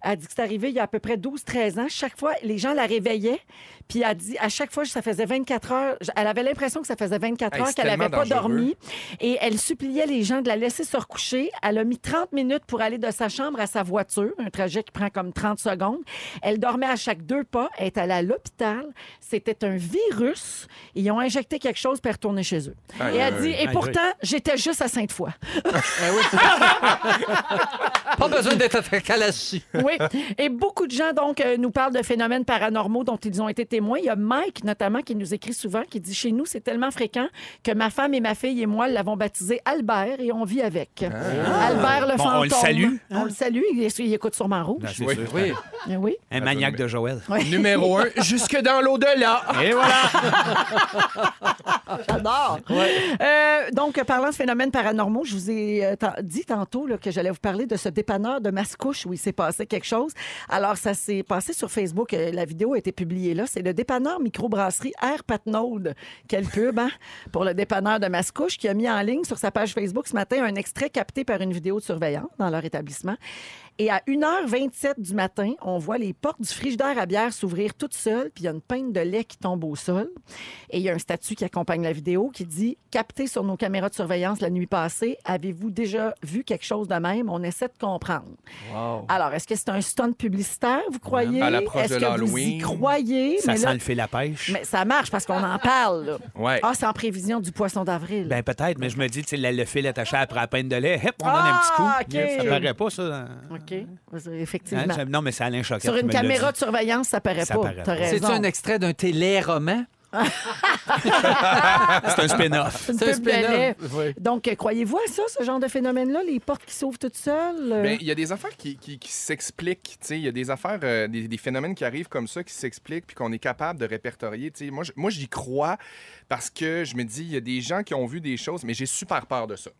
S1: Elle dit que c'est arrivé il y a à peu près 12-13 ans. Chaque fois, les gens la réveillaient. Puis elle dit, à chaque fois, ça faisait 24 heures. Elle avait l'impression que ça faisait 24
S2: Hey,
S1: heures
S2: c'est
S1: qu'elle
S2: tellement
S1: n'avait pas
S2: dangereux.
S1: dormi. Et elle suppliait les gens de la laisser se recoucher. Elle a mis 30 minutes pour aller de sa chambre à sa voiture, un trajet qui prend comme 30 secondes. Elle dormait à chaque deux pas. Elle est allée à l'hôpital. C'était un virus. Ils ont injecté quelque chose pour retourner chez eux.
S2: Aïe,
S1: et elle
S2: aïe,
S1: dit,
S2: aïe.
S1: et pourtant, j'étais juste à Sainte-Foy.
S4: Pas besoin d'être à Kalashi.
S1: Oui. Et beaucoup de gens, donc, euh, nous parlent de phénomènes paranormaux dont ils ont été témoins. Il y a Mike, notamment, qui nous écrit souvent, qui dit Chez nous, c'est tellement fréquent que ma femme et ma fille et moi l'avons baptisé Albert et on vit avec. Albert le
S5: Bon,
S1: fantôme.
S5: on le salue, hein?
S1: On le salue. Il, il écoute sûrement
S5: Ben,
S1: Rouge.
S5: c'est
S2: Oui.
S5: sûr.
S4: Oui.
S1: Eh Oui.
S5: Un maniaque de Joël.
S2: Numéro un, jusque dans l'au-delà.
S5: Et voilà!
S1: J'adore. Euh, donc, parlant de phénomènes paranormaux, je vous ai euh, tan- dit tantôt là, que j'allais vous parler de ce dépanneur de Mascouche où il s'est passé quelque chose. Alors, ça s'est passé sur Facebook. euh, La vidéo a été publiée là. C'est le dépanneur microbrasserie R. Patnaud. Quel pub, hein, pour le dépanneur de Mascouche qui a mis en ligne sur sa page Facebook ce matin un extrait capté par une vidéo de surveillance dans leur établissement. Et à 1h27 du matin, on voit les portes du frigidaire à bière s'ouvrir toutes seules, puis il y a une pinte de lait qui tombe au sol. Et il y a un statut qui accompagne la vidéo qui dit Capté sur nos caméras de surveillance la nuit passée, avez-vous déjà vu quelque chose de même On essaie de comprendre. Alors, est-ce que c'est un stunt publicitaire, vous croyez
S2: À l'approche
S1: Est-ce
S2: de
S1: que vous y
S2: l'Halloween.
S1: croyez
S5: Ça
S1: mais,
S5: sent
S1: là-
S5: le fait la pêche.
S1: mais ça marche parce qu'on en parle. là.
S2: Ouais.
S1: Ah, c'est en prévision du poisson d'avril.
S5: Ben peut-être, mais je me dis, tu sais, le le fil attaché après la peine de lait, hop, on donne un petit coup.
S1: Ah, ok.
S5: Ça paraît pas, ça. dans-
S1: OK.
S5: Hein,
S1: Effectivement.
S5: ça- non, mais c'est Alain Choquette.
S1: Sur
S5: qui
S1: une
S5: me l'a
S1: caméra de
S5: dit.
S1: surveillance, ça paraît
S5: Ça
S1: pas.
S5: paraît
S1: T'as
S5: pas.
S1: raison.
S4: C'est-tu un extrait d'un téléroman?
S5: C'est un spin-off.
S1: Une
S4: C'est un
S1: pub de
S4: spin-off.
S1: lait.
S4: Oui.
S1: Donc, euh, croyez-vous à ça, ce genre de phénomène-là, les portes qui s'ouvrent toutes seules? euh?
S2: Ben, il y a des affaires qui, qui, qui s'expliquent, tu sais, il y a des affaires, euh, des, des phénomènes qui arrivent comme ça, qui s'expliquent, puis qu'on est capable de répertorier, tu sais. Moi, je- moi, j'y crois parce que je me dis, il y a des gens qui ont vu des choses, mais j'ai super peur de ça.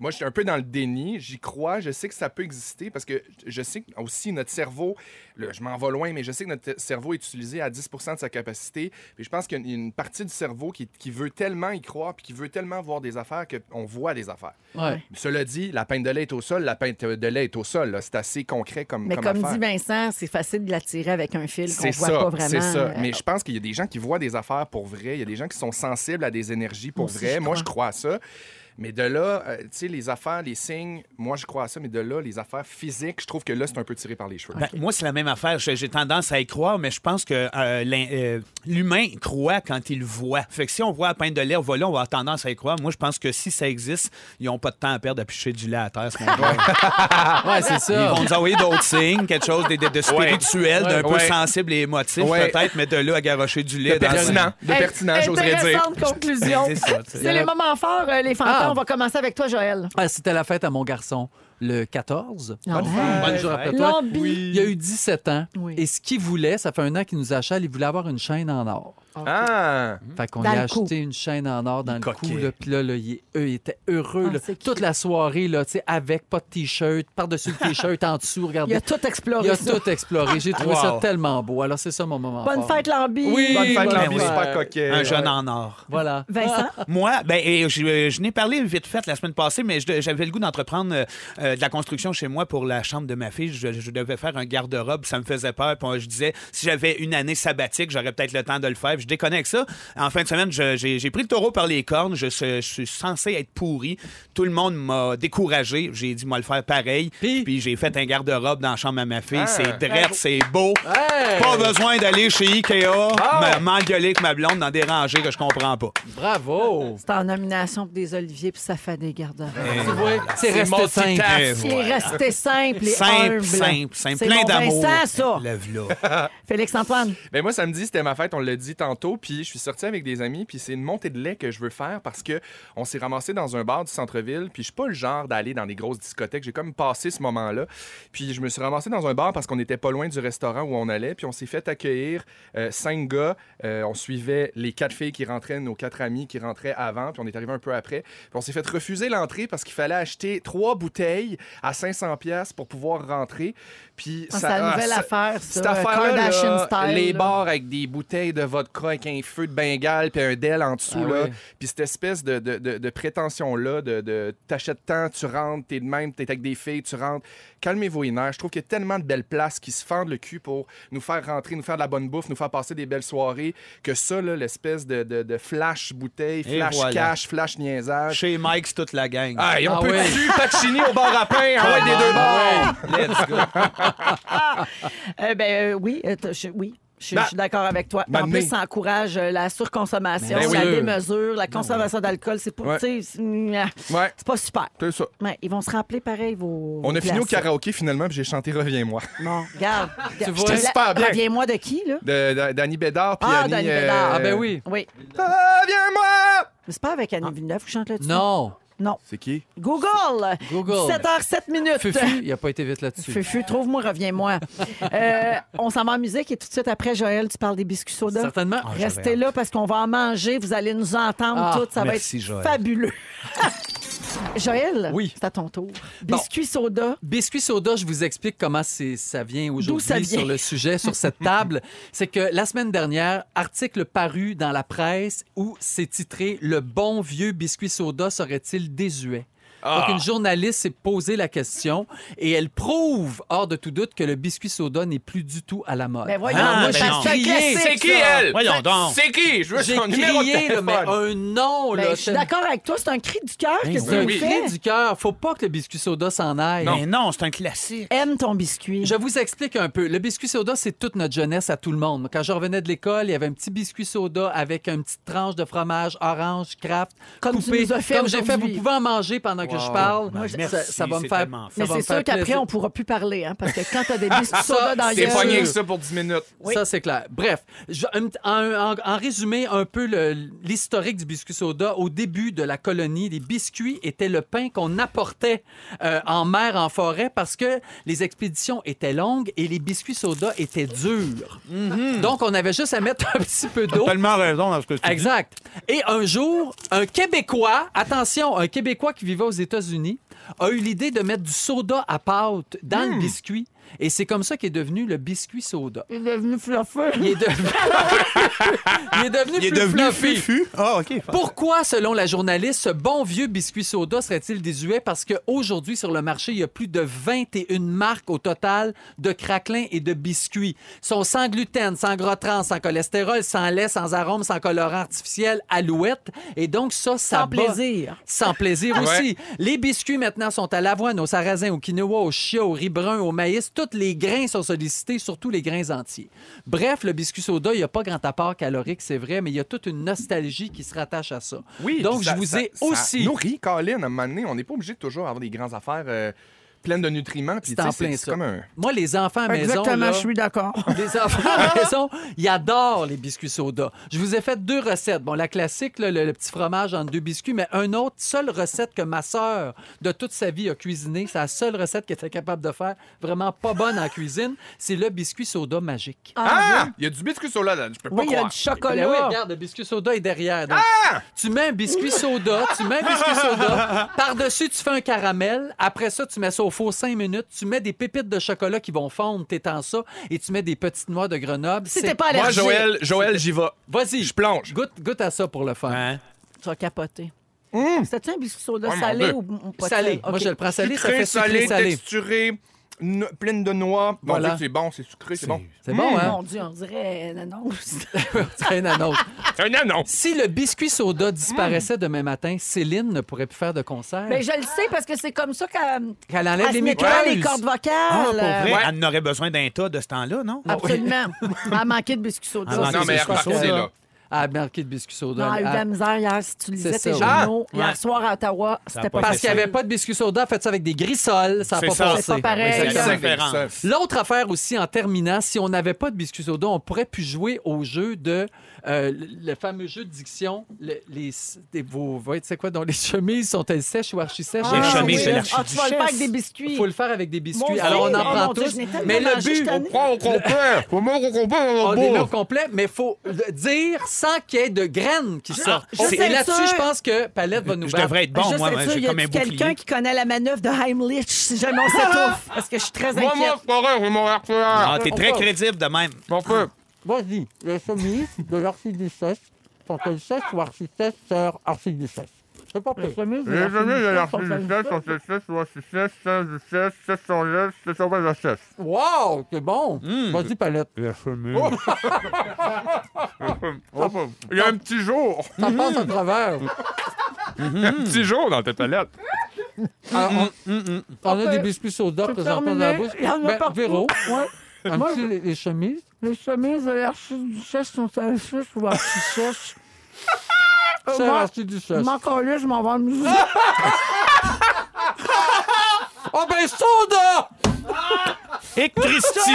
S2: Moi, je suis un peu dans le déni, j'y crois, je sais que ça peut exister parce que je sais que aussi notre cerveau, là, je m'en vais loin, mais je sais que notre cerveau est utilisé à 10 de sa capacité, puis je pense qu'il y a une- une partie du cerveau qui, qui veut tellement y croire, puis qui veut tellement voir des affaires qu'on voit des affaires.
S4: Ouais.
S2: Cela dit, la peinte de lait est au sol, la peinte de lait est au sol. là. C'est assez concret comme,
S1: Mais comme
S2: affaire.
S1: dit Vincent, c'est facile de la tirer avec un fil qu'on
S2: c'est
S1: voit
S2: ça,
S1: pas vraiment.
S2: c'est ça.
S1: euh,
S2: Mais je pense qu'il y a des gens qui voient des affaires pour vrai. Il y a des gens qui sont sensibles à des énergies pour
S1: Moi aussi,
S2: vrai.
S1: je
S2: moi,
S1: crois.
S2: je crois à ça. Mais de là, euh, tu sais, les affaires, les signes, moi, je crois à ça. Mais de là, les affaires physiques, je trouve que là, c'est un peu tiré par les cheveux.
S5: Ben, moi, c'est la même affaire. J'ai j'ai tendance à y croire, mais je pense que euh, l'in- euh, l'humain croit quand il voit. Fait que si on voit la peine de lait au volant, on va avoir tendance à y croire. Moi, je pense que si ça existe, ils n'ont pas de temps à perdre à picher du lait à terre, ce moment-là.
S1: Ah,
S4: Ah, Ouais, c'est
S5: Ils
S4: ça.
S5: vont nous envoyer d'autres signes, quelque chose de, de- de spirituel, d'un peu
S2: Ouais.
S5: sensible et émotif,
S2: Ouais.
S5: peut-être, mais de là à garocher du
S2: de
S5: lait. dans-
S2: pertinent, de
S1: Hey,
S2: pertinent, j'oserais dire.
S1: Intéressante conclusion.
S5: C'est ça, tu sais.
S1: C'est les moments forts, euh, les fantômes.
S4: Ah.
S1: On va commencer avec toi, Joël.
S4: Ah, C'était la fête à mon garçon le 14.
S1: Ah.
S4: Bonne
S5: fête.
S4: journée à toi.
S1: Lambi.
S4: Il a eu 17 ans.
S1: Oui.
S4: Et ce qu'il voulait, ça fait un an qu'il nous achète, il voulait avoir une chaîne en or.
S2: Ah!
S4: Fait qu'on lui
S1: Dans
S4: a
S1: le cou.
S4: acheté une chaîne en or dans le cou.
S5: coquait.
S4: Là, puis là, là, il, eux, ils étaient heureux.
S1: Ah,
S4: là.
S1: c'est
S4: toute
S1: cute.
S4: la soirée, là, tu sais, avec pas de T-shirt, par-dessus le T-shirt, en dessous,
S1: Il
S4: regardez.
S1: a tout exploré.
S4: Il a
S1: ça.
S4: tout exploré. J'ai trouvé
S5: Wow.
S4: ça tellement beau. Alors, c'est ça mon moment
S1: Bonne
S4: fort.
S1: fête, Lambi.
S4: Oui,
S2: Bonne fête,
S4: bonne
S2: Lambie,
S4: fête.
S2: super coquet.
S5: Un jeune en or.
S4: Voilà.
S1: Vincent,
S5: Ah. Moi, ben, et je, je n'ai parlé vite fait la semaine passée, mais je- j'avais le goût d'entreprendre euh, euh, de la construction chez moi pour la chambre de ma fille. Je, je devais faire un garde-robe, ça me faisait peur. Puis euh, je disais, si j'avais une année sabbatique, j'aurais peut-être le temps de le faire. Puis je déconnecte ça. En fin de semaine, je- j'ai j'ai pris le taureau par les cornes. Je, suis- je suis censé être pourri. Tout le monde m'a découragé. J'ai dit, moi, le faire pareil.
S4: Puis?
S5: Puis, j'ai fait un garde-robe dans la chambre à ma fille.
S2: Ah.
S5: C'est drette, c'est beau.
S4: Hey!
S5: Pas besoin d'aller chez Ikea, me- m'engueuler avec ma blonde dans des rangées que je comprends pas.
S4: Bravo!
S1: C'est en nomination pour des oliviers puis ça fait des gardes
S4: Tu vois, c'est resté
S5: multitask.
S4: simple.
S5: Eh,
S1: C'est
S5: voilà.
S1: resté simple et humble.
S5: Simple, simple, simple,
S1: C'est
S5: plein
S1: mon
S5: d'amour.
S1: Vincent, ça.
S5: Lève-la.
S1: Félix-Antoine,
S2: Ben moi, samedi, c'était ma fête, on l'a dit tantôt, puis je suis sorti avec des amis, puis c'est une montée de lait que je veux faire parce que on s'est ramassé dans un bar du centre-ville, puis je suis pas le genre d'aller dans des grosses discothèques, j'ai comme passé ce moment-là. Puis je me suis ramassé dans un bar parce qu'on était pas loin du restaurant où on allait, puis on s'est fait accueillir euh, cinq gars, Euh, on suivait les quatre filles qui rentraient, nos quatre amis qui rentraient avant, puis on est arrivé un peu après. Puis on s'est fait refuser l'entrée parce qu'il fallait acheter trois bouteilles à 500 pièces pour pouvoir rentrer. Puis
S1: Ah, c'est la nouvelle affaire, ça.
S2: cette affaire-là,
S1: Kardashian
S2: là,
S1: style,
S2: les
S1: là.
S2: bars avec des bouteilles de vodka avec un feu de Bengale puis un Dell en dessous,
S4: Ah
S2: là.
S4: oui.
S2: Puis cette espèce de, de- de- de prétention-là de, de t'achètes tant, tu rentres, t'es de même, t'es avec des filles, tu rentres. Calmez-vous les nerfs. Je trouve qu'il y a tellement de belles places qui se fendent le cul pour nous faire rentrer, nous faire de la bonne bouffe, nous faire passer des belles soirées, que ça, là, l'espèce de, de- de flash bouteille,
S5: Et
S2: flash
S5: voilà.
S2: cash, flash niaisage.
S5: Chez Mike, c'est toute la gang.
S2: Ah, et on
S4: Ah
S2: peut
S4: ouais.
S2: dessus, Pacini au bar à pain, ah ouais, des deux bords.
S5: Let's go.
S1: Euh, ben, euh, oui, euh, t- je, oui. Je,
S2: Ben,
S1: je suis d'accord avec toi. En
S2: m'amener.
S1: plus, ça encourage euh, la surconsommation,
S2: Ben oui.
S1: la
S4: Sûr.
S1: démesure, la consommation d'alcool. C'est pas,
S2: Ouais.
S1: tu sais, c'est mouah,
S2: Ouais,
S1: c'est pas super.
S2: c'est ça.
S1: Mais ils vont se rappeler pareil vos.
S2: On
S1: vos
S2: a fini au
S1: places.
S2: karaoké finalement, puis j'ai chanté Reviens-moi.
S1: Bon, regarde.
S4: Tu
S1: Je
S4: vois,
S1: te
S2: J'étais
S1: la-
S2: super bien.
S1: Reviens-moi de qui, là?
S2: de, de- d'Annie Bédard puis
S1: Ah,
S2: Annie,
S1: d'Annie Bédard.
S4: Ah, ben oui.
S1: Oui.
S2: Reviens-moi!
S1: Mais c'est pas avec
S2: Ah.
S1: Annie Villeneuve qui chante là-dessus?
S4: Non.
S1: Non.
S2: C'est qui?
S1: Google!
S4: Google.
S1: 7h07 minutes.
S4: Fufu, il a pas été vite là-dessus.
S1: Fufu, trouve-moi, reviens-moi. Euh, on s'en va en musique et tout de suite après, Joël, tu parles des biscuits soda.
S4: Certainement.
S1: Restez là parce qu'on va en manger. Vous allez nous entendre
S4: Ah,
S1: toutes. Ça
S5: merci,
S1: va être
S5: Joël.
S1: fabuleux. Joël,
S4: Oui.
S1: c'est à ton tour.
S4: Bon.
S1: Biscuits soda.
S4: Biscuit soda, je vous explique comment c'est- ça vient
S1: ça
S4: aujourd'hui
S1: vient.
S4: sur le sujet, sur cette table. C'est que la semaine dernière, article paru dans la presse où c'est titré Le bon vieux biscuit soda serait-il désuet? Donc, une journaliste s'est posé la question et elle prouve, hors de tout doute, que le biscuit soda n'est plus du tout à la mode.
S1: Ben voyons,
S5: Ah,
S1: moi,
S5: ben
S1: ça,
S5: non.
S1: c'est un classique,
S2: C'est qui,
S1: ça.
S2: elle?
S5: Voyons donc.
S2: C'est qui? Je veux
S4: J'ai
S2: son numéro de
S4: crié, là, mais
S2: téléphone.
S4: un nom,
S1: Ben,
S4: Oh là. Ben
S1: je suis d'accord avec toi, c'est un cri du cœur. Qu'est-ce
S2: oui,
S1: que tu
S2: oui.
S1: fais?
S4: Cri du cœur. Faut pas que le biscuit soda s'en aille.
S5: Mais non, c'est un classique.
S1: Aime ton biscuit.
S4: Je vous explique un peu. Le biscuit soda, c'est toute notre jeunesse à tout le monde. Quand je revenais de l'école, il y avait un petit biscuit soda avec une petite tranche de fromage orange, craft,
S1: Comme tu
S4: coupé.
S1: nous as fait
S4: Comme j'ai fait, vous
S1: aujourd'hui.
S4: pouvez en manger pendant que je parle.
S5: Ben,
S4: Ça-
S5: merci,
S4: ça, va me
S5: c'est
S4: faire.
S5: tellement
S4: ça
S1: Mais
S4: va
S1: c'est
S4: me faire
S1: sûr qu'après,
S4: plaisir.
S1: on pourra plus parler, hein, parce que quand t'as des biscuits soda dans
S2: C'est
S1: la
S2: pas
S1: gueule-
S2: rien que ça pour 10 minutes.
S1: Oui.
S4: Ça, c'est clair. Bref, je- un- en, en- en résumé un peu le- l'historique du biscuit soda, au début de la colonie, les biscuits étaient le pain qu'on apportait euh, en mer, en forêt, parce que les expéditions étaient longues et les biscuits soda étaient durs. Donc, on avait juste à mettre un petit peu d'eau.
S5: Tellement raison dans ce que tu dis.
S4: Exact. Et un jour, un Québécois, attention, un Québécois qui vivait aux États-Unis, a eu l'idée de mettre du soda à pâte dans le biscuit. Et c'est comme ça qu'est devenu le biscuit soda.
S1: Il est devenu fluffeux.
S4: Il est devenu. il est devenu
S5: Il est
S4: plus
S5: devenu
S4: fluffy.
S5: fufu. Ah, OK.
S4: Pourquoi, selon la journaliste, ce bon vieux biscuit soda serait-il désuet? Parce qu'aujourd'hui, sur le marché, il y a plus de 21 marques au total de craquelins et de biscuits. Ils sont sans gluten, sans gras trans, sans cholestérol, sans lait, sans arôme, sans colorant artificiel, alouette. Et donc, ça, ça
S1: Sans
S4: bat-
S1: plaisir.
S4: sans plaisir
S2: Ouais.
S4: aussi. Les biscuits maintenant sont à l'avoine, au sarrasin, au quinoa, au chia, au riz brun, au maïs. Tous les grains sont sollicités, surtout les grains entiers. Bref, le biscuit soda, il n'y a pas grand apport calorique, c'est vrai, mais il y a toute une nostalgie qui se rattache à ça. Donc,
S2: puis ça-
S4: je vous
S2: ça-
S4: ai
S2: ça
S4: aussi.
S2: nourrit, Colin, à un moment donné. On n'est pas obligé de toujours avoir des grandes affaires euh, pleines de nutriments. Puis,
S4: C'est
S2: tu sais,
S4: en
S2: c'est
S4: plein
S2: c'est
S4: ça.
S2: comme un.
S4: Moi, les enfants à maison.
S1: Exactement,
S4: là,
S1: je suis d'accord.
S4: Les enfants à la maison, ils adorent les biscuits soda. Je vous ai fait deux recettes. Bon, la classique, là, le, le petit fromage entre deux biscuits, mais une autre, seule recette que ma sœur de toute sa vie a cuisinée, c'est la seule recette qu'elle était capable de faire, vraiment pas bonne en cuisine, c'est le biscuit soda magique.
S2: Ah! Il y a du biscuit sur là, là. Je peux pas
S1: Oui, il y a
S2: croire.
S1: du
S4: Ben oui,
S1: chocolat.
S4: regarde, le biscuit soda est derrière. Donc, Tu mets un biscuit soda, tu mets un biscuit soda, par-dessus, tu fais un caramel, après ça, tu mets ça au four 5 minutes, tu mets des pépites de chocolat qui vont fondre, t'étends ça, et tu mets des petites noix de Grenoble.
S1: Si
S4: C'est-
S1: t'es pas
S2: Moi,
S1: allergique,
S2: Joël, Joël j'y vais.
S4: Vas-y,
S2: Je plonge.
S1: Ah,
S4: goûte, goûte à ça pour le faire.
S5: Hein?
S1: tu vas capoter.
S4: Hum.
S1: C'était un biscuit soda
S2: Oh, mon
S1: salé
S2: Dieu.
S1: ou, ou pas de
S4: Salé.
S1: sel?
S4: Moi,
S1: OK.
S4: je le prends salé, ça
S2: Sucré,
S4: fait
S2: salé,
S4: sucré, salé.
S2: texturé, n- pleine de noix. Bon,
S4: Voilà.
S2: Dieu, c'est bon, c'est sucré, c'est bon.
S4: C'est bon, hein?
S1: Mmh, Eh, Mon Dieu, on dirait euh, non, non.
S4: C'est une annonce.
S2: C'est un anon.
S4: Si le biscuit soda disparaissait demain matin, Céline ne pourrait plus faire de concert.
S1: Mais Ben, je le sais parce que c'est comme ça qu'elle
S4: Qu'elle enlève
S1: elle se
S4: les
S1: mettait dans les
S4: muqueuses.
S1: cordes vocales.
S5: Ah, pour
S1: euh,
S5: vrai, elle n'aurait besoin d'un tas de ce temps-là, non?
S1: Ah, Absolument. Elle manquait de biscuits soda.
S5: Elle
S4: Ça,
S5: manquait
S4: c'est
S2: Non, mais elle
S4: sûr,
S2: repartait,
S4: ça.
S2: là.
S4: Elle a marqué de biscuit
S1: Non,
S4: soda.
S1: elle a eu de
S4: Elle-
S1: la misère hier. Si tu lisais
S4: C'est
S1: tes
S4: ça.
S1: journaux,
S5: Ah,
S1: hier
S5: ouais.
S1: soir à Ottawa,
S5: Ça a
S1: c'était
S5: pas
S1: pas
S4: Parce qu'il n'y
S5: C'est
S4: avait pas de biscuit soda, fait ça avec des grissoles, ça n'a
S5: C'est
S4: pas
S5: ça.
S4: passé.
S1: C'est pas pareil.
S5: C'est
S1: Exact.
S5: la différence.
S4: L'autre affaire aussi, en terminant, si on n'avait pas de biscuit soda, on pourrait plus jouer au jeu de euh, le le fameux jeu de diction. le- les, des- vos, vos- tu sais quoi, dont les chemises sont-elles sèches ou archi-sèches?
S5: Les
S1: Ah,
S5: chemises,
S1: oui.
S5: c'est
S1: Ah, tu vas le faire avec des
S4: Il
S1: biscuits.
S4: faut le faire avec des biscuits.
S1: Mon Dieu,
S4: Alors, on en
S1: oh
S4: prend
S1: mon Dieu,
S4: tous.
S1: je n'ai tellement
S4: Mais le
S1: mangé, je
S4: but,
S1: suis tannée.
S2: Pourquoi on compère? Pourquoi on compère?
S4: on
S5: Oh,
S2: On
S4: est là au
S2: bouffe.
S4: complet, mais il faut le dire sans qu'il y ait de graines qui sortent.
S1: Ah, je
S4: Et
S1: sais
S4: là-dessus,
S1: ça.
S4: je pense que Palette va nous
S5: Je
S4: battre.
S5: devrais être bon,
S1: Ben, Juste
S5: moi,
S1: être sûr,
S5: j'ai
S1: y a
S5: comme un
S1: quelqu'un
S5: bouclier.
S1: qui connaît la manœuvre de Heimlich si jamais on s'étouffe? Parce que je suis très
S2: Moi,
S1: inquiète.
S2: moi, c'est pas vrai, c'est mon
S5: Ah,
S2: artère.
S5: t'es très crédible de même.
S2: Mon feu.
S9: Vas-y, les chemises de l'archiduchesse sont-elles sèches ou archiduchesse, sœur archiduchesse? C'est pas pire.
S2: Les amis de l'archiduchesse sont les sèches ou archiduchesses, sèches du sèche, sèches sont lèches, sèches sont pas sèches.
S9: Wow, c'est bon!
S4: Mm.
S9: Vas-y, palette.
S2: Il y a un petit jour,
S4: Mm-hmm.
S9: Ça passe à travers.
S2: un petit jour dans tes palettes.
S9: Alors, Ah, on,
S4: Mm-hmm.
S9: on a des biscuits soda
S1: C'est
S9: présentant dans la
S1: terminé.
S9: bouche.
S1: Il y en a
S9: Ben,
S1: partout.
S9: Véro, un petit, les, les chemises.
S10: Les chemises de l'archiduchesse sont à sèche ou archi-sèche.
S1: Euh,
S9: Sœur archiduchesse.
S10: Mon collier, je m'en vais en musique.
S9: Oh ben, soda!
S5: Et Christy!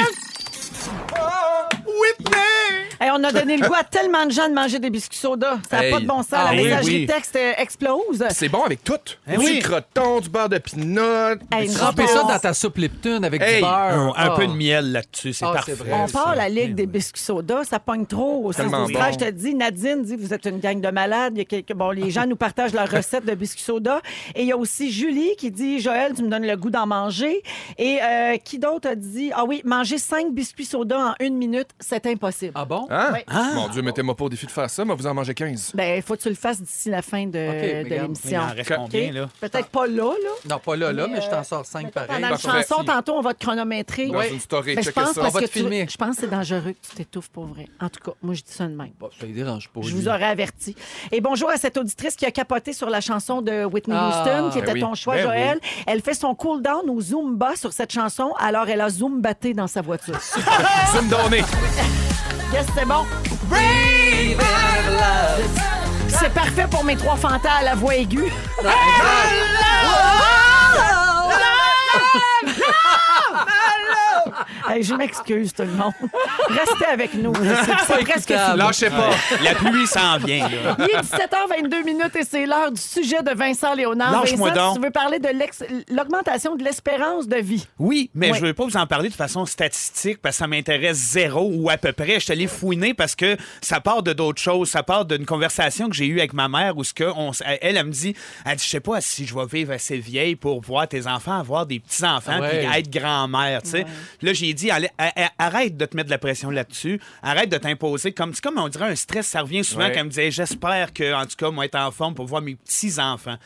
S1: Hey, on a donné le goût à tellement de gens de manger des biscuits soda. Ça n'a
S2: Hey.
S1: pas de bon sens.
S5: Ah,
S1: la
S5: oui,
S1: messagerie
S5: oui.
S1: texte euh, explose.
S2: C'est bon avec tout.
S5: Eh
S2: Du
S5: oui.
S2: croton, du beurre de pinot.
S1: Hey, une
S4: Tremper ça
S1: repas-
S4: dans ta soupe Lipton avec du
S2: Hey,
S4: beurre.
S5: Un, un
S4: Ah.
S5: peu de miel là-dessus, c'est
S4: Ah,
S5: parfait.
S4: c'est vrai.
S1: On part la ligue des biscuits soda, ça pogne trop. C'est
S2: Tellement bon.
S1: Je te dis, Nadine dit, vous êtes une gang de malades. Il y a quelques... Bon, les gens nous partagent leur recette de biscuits soda. Et il y a aussi Julie qui dit, Joël, tu me donnes le goût d'en manger. Et euh, qui d'autre a dit, ah oui, manger cinq biscuits soda en une minute, c'est impossible.
S4: Ah bon?
S2: Hein?
S1: Ouais.
S2: Mon Dieu, mettez-moi pas au défi de faire ça, mais vous en mangez 15.
S1: Ben, il faut que tu le fasses d'ici la fin de,
S4: mais
S1: de
S4: regarde,
S5: Il
S1: l'émission.
S5: en reste
S1: OK?
S5: combien, là?
S1: Peut-être pas là, là.
S4: Non, pas là, là,
S1: Mais,
S4: mais, je t'en sors cinq pareil.
S1: Pendant la
S2: parfait.
S1: chanson, tantôt, on va te chronométrer.
S2: Dans une story,
S1: Mais je
S2: checkez
S1: pense,
S2: ça.
S1: parce
S4: On va
S1: que
S4: te filmer.
S1: tu, je pense que c'est dangereux que tu t'étouffes pour vrai. En tout cas, moi, je dis ça de même.
S4: Bon, ça ne dérange pas.
S1: Je
S4: lui.
S1: vous aurais averti. Et bonjour à cette auditrice qui a capoté sur la chanson de Whitney
S4: Ah,
S1: Houston, qui
S2: ben
S1: était
S2: oui.
S1: ton choix,
S5: Ben
S1: Joël. Elle fait son cool-down au Zumba sur cette chanson, alors elle a Zumbaté dans sa voiture.
S2: Tu me donnes.
S1: yes, c'est bon. C'est parfait pour mes trois fantas à la voix aiguë. Hey, je m'excuse, tout le monde. Restez avec nous. C'est- C'est presque fini.
S2: Lâchez pas.
S5: La pluie s'en vient, là.
S1: Il est 17h22 minutes et c'est l'heure du sujet de Vincent Léonard.
S5: Lâche-moi
S1: Vincent,
S5: donc.
S1: tu veux parler de l'ex- l'augmentation de l'espérance de vie.
S5: Oui, mais
S1: Oui.
S5: je ne veux pas vous en parler de façon statistique parce que ça m'intéresse zéro ou à peu près. Je suis allé fouiner parce que ça part de d'autres choses. Ça part d'une conversation que j'ai eue avec ma mère où ce que on s- elle, elle, me dit, elle dit, je sais pas si je vais vivre assez vieille pour voir tes enfants avoir des petits-enfants
S4: Ouais.
S5: puis être grand-mère, tu sais. Puis Là, j'ai dit, Allez, a- a- arrête de te mettre de la pression là-dessus. Arrête de t'imposer. Comme, c'est comme on dirait un stress, ça revient souvent
S2: Ouais.
S5: quand elle me disait, j'espère que, en tout cas, moi, être en forme pour voir mes petits-enfants.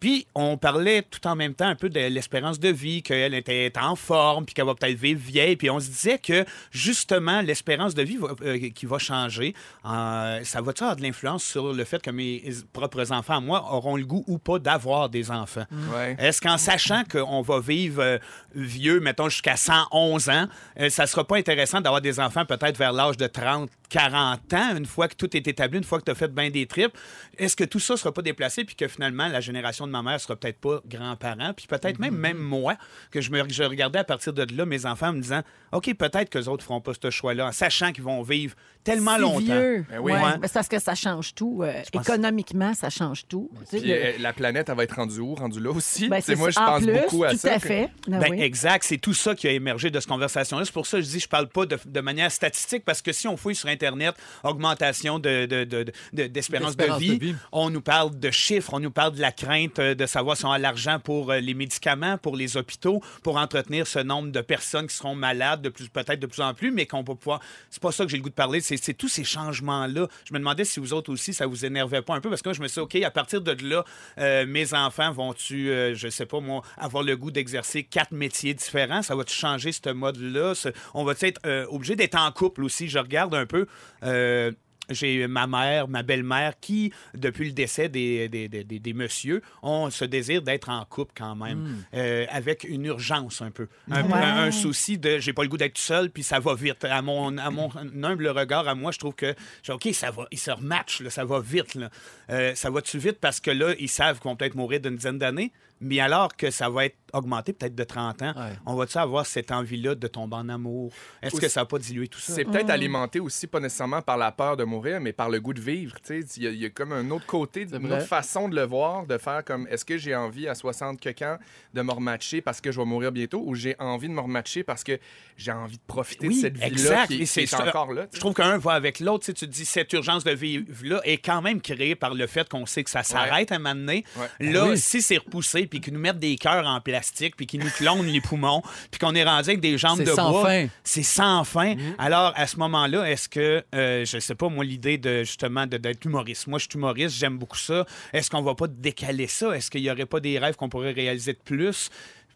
S5: Puis, on parlait tout en même temps un peu de l'espérance de vie, qu'elle était en forme, puis qu'elle va peut-être vivre vieille. Puis, on se disait que, justement, l'espérance de vie va- euh, qui va changer, euh, ça va-tu avoir de l'influence sur le fait que mes propres enfants, à moi, auront le goût ou pas d'avoir des enfants?
S2: Ouais.
S5: Est-ce qu'en sachant qu'on va vivre euh, vieux, mettons jusqu'à 111 ans, euh, ça sera pas intéressant d'avoir des enfants peut-être vers l'âge de 30, 40 ans, une fois que tout est établi, une fois que tu as fait bien des tripes? Est-ce que tout ça sera pas déplacé puis que finalement la génération de ma mère sera peut-être pas grand-parent? Puis peut-être
S1: Mm-hmm.
S5: même, même moi, que je, me, je regardais à partir de là mes enfants en me disant OK, peut-être que les autres feront pas ce choix-là, en sachant qu'ils vont vivre tellement
S1: Si
S5: longtemps.
S1: vieux.
S2: Ben oui.
S1: Ouais,
S5: Ouais.
S1: mais c'est parce que ça change tout. euh,
S5: pense-
S1: Économiquement, ça change tout. Tu sais,
S2: Puis,
S1: le-
S2: euh, la planète, elle va être rendue où? Rendue là aussi?
S1: ben,
S2: Tu sais, moi, je
S1: en
S2: pense
S1: plus,
S2: beaucoup à
S1: tout
S2: ça.
S1: à
S2: que-
S1: fait. Ben
S5: Ben,
S1: oui.
S5: Exact, c'est tout ça qui a émergé de cette conversation-là. C'est pour ça que je dis je parle pas de, de manière statistique parce que si on fouille sur Internet, augmentation de- de- de- de- d'espérance de,
S4: D'espérance de
S5: vie.
S4: vie.
S5: On nous parle de chiffres, on nous parle de la crainte euh, de savoir si on a l'argent pour euh, les médicaments, pour les hôpitaux, pour entretenir ce nombre de personnes qui seront malades de plus, peut-être de plus en plus, mais qu'on va pouvoir. C'est pas ça que j'ai le goût de parler. C'est, c'est tous ces changements-là. Je me demandais si vous autres aussi, ça vous énervait pas un peu, parce que moi, je me suis dit, OK, à partir de là, euh, mes enfants vont-tu, euh, je sais pas moi, avoir le goût d'exercer quatre métiers différents? Ça va-tu changer ce mode-là? Ce- On va-tu être euh, obligé d'être en couple aussi? Je regarde un peu. euh, j'ai ma mère, ma belle-mère qui, depuis le décès des, des, des, des- des messieurs, ont ce désir d'être en couple quand même, euh, avec une urgence un peu. Un,
S1: Ouais.
S5: un- un souci de j'ai pas le goût d'être tout seul, puis ça va vite. À mon, à mon humble regard, à moi, je trouve que, je- OK, ça va, ils se rematchent, là, ça va vite. là. Euh, ça va-tu vite parce que là, ils savent qu'ils vont peut-être mourir d'une dizaine d'années, mais alors que ça va être augmenté peut-être de 30 ans,
S4: Ouais.
S5: on va-tu avoir cette envie-là de tomber en amour? Est-ce que
S2: Aussi-
S5: ça va pas diluer tout ça?
S2: C'est
S1: Mm.
S2: peut-être alimenté aussi, pas nécessairement par la peur de mourir, mais par le goût de vivre. tu sais. Il y, a- il y a comme un autre côté,
S4: C'est
S2: une
S4: vrai.
S2: autre façon de le voir, de faire comme est-ce que j'ai envie à 60 que quand de me rematcher parce que je vais mourir bientôt ou j'ai envie de me rematcher parce que j'ai envie de profiter de cette vie-là
S5: exact.
S2: qui,
S5: Et
S2: qui est
S5: ça.
S2: encore là. tu
S5: Je
S2: sais.
S5: trouve qu'un va avec l'autre. Tu sais, Tu te dis, cette urgence de vivre-là est quand même créée par le fait qu'on sait que ça s'arrête à un moment donné.
S2: Ouais.
S5: Là,
S4: Ben
S2: Oui.
S5: si c'est repoussé, puis qu'ils nous mettent des cœurs en plastique, puis qu'ils nous clonent les poumons, puis qu'on est rendu avec des jambes
S4: C'est
S5: de
S4: sans
S5: bois,
S4: fin.
S5: c'est sans fin. Alors, à ce moment-là, est-ce que, euh, je sais pas, moi, l'idée de justement de- d'être humoriste, moi, je suis humoriste, j'aime beaucoup ça. Est-ce qu'on va pas décaler ça? Est-ce qu'il y aurait pas des rêves qu'on pourrait réaliser de plus?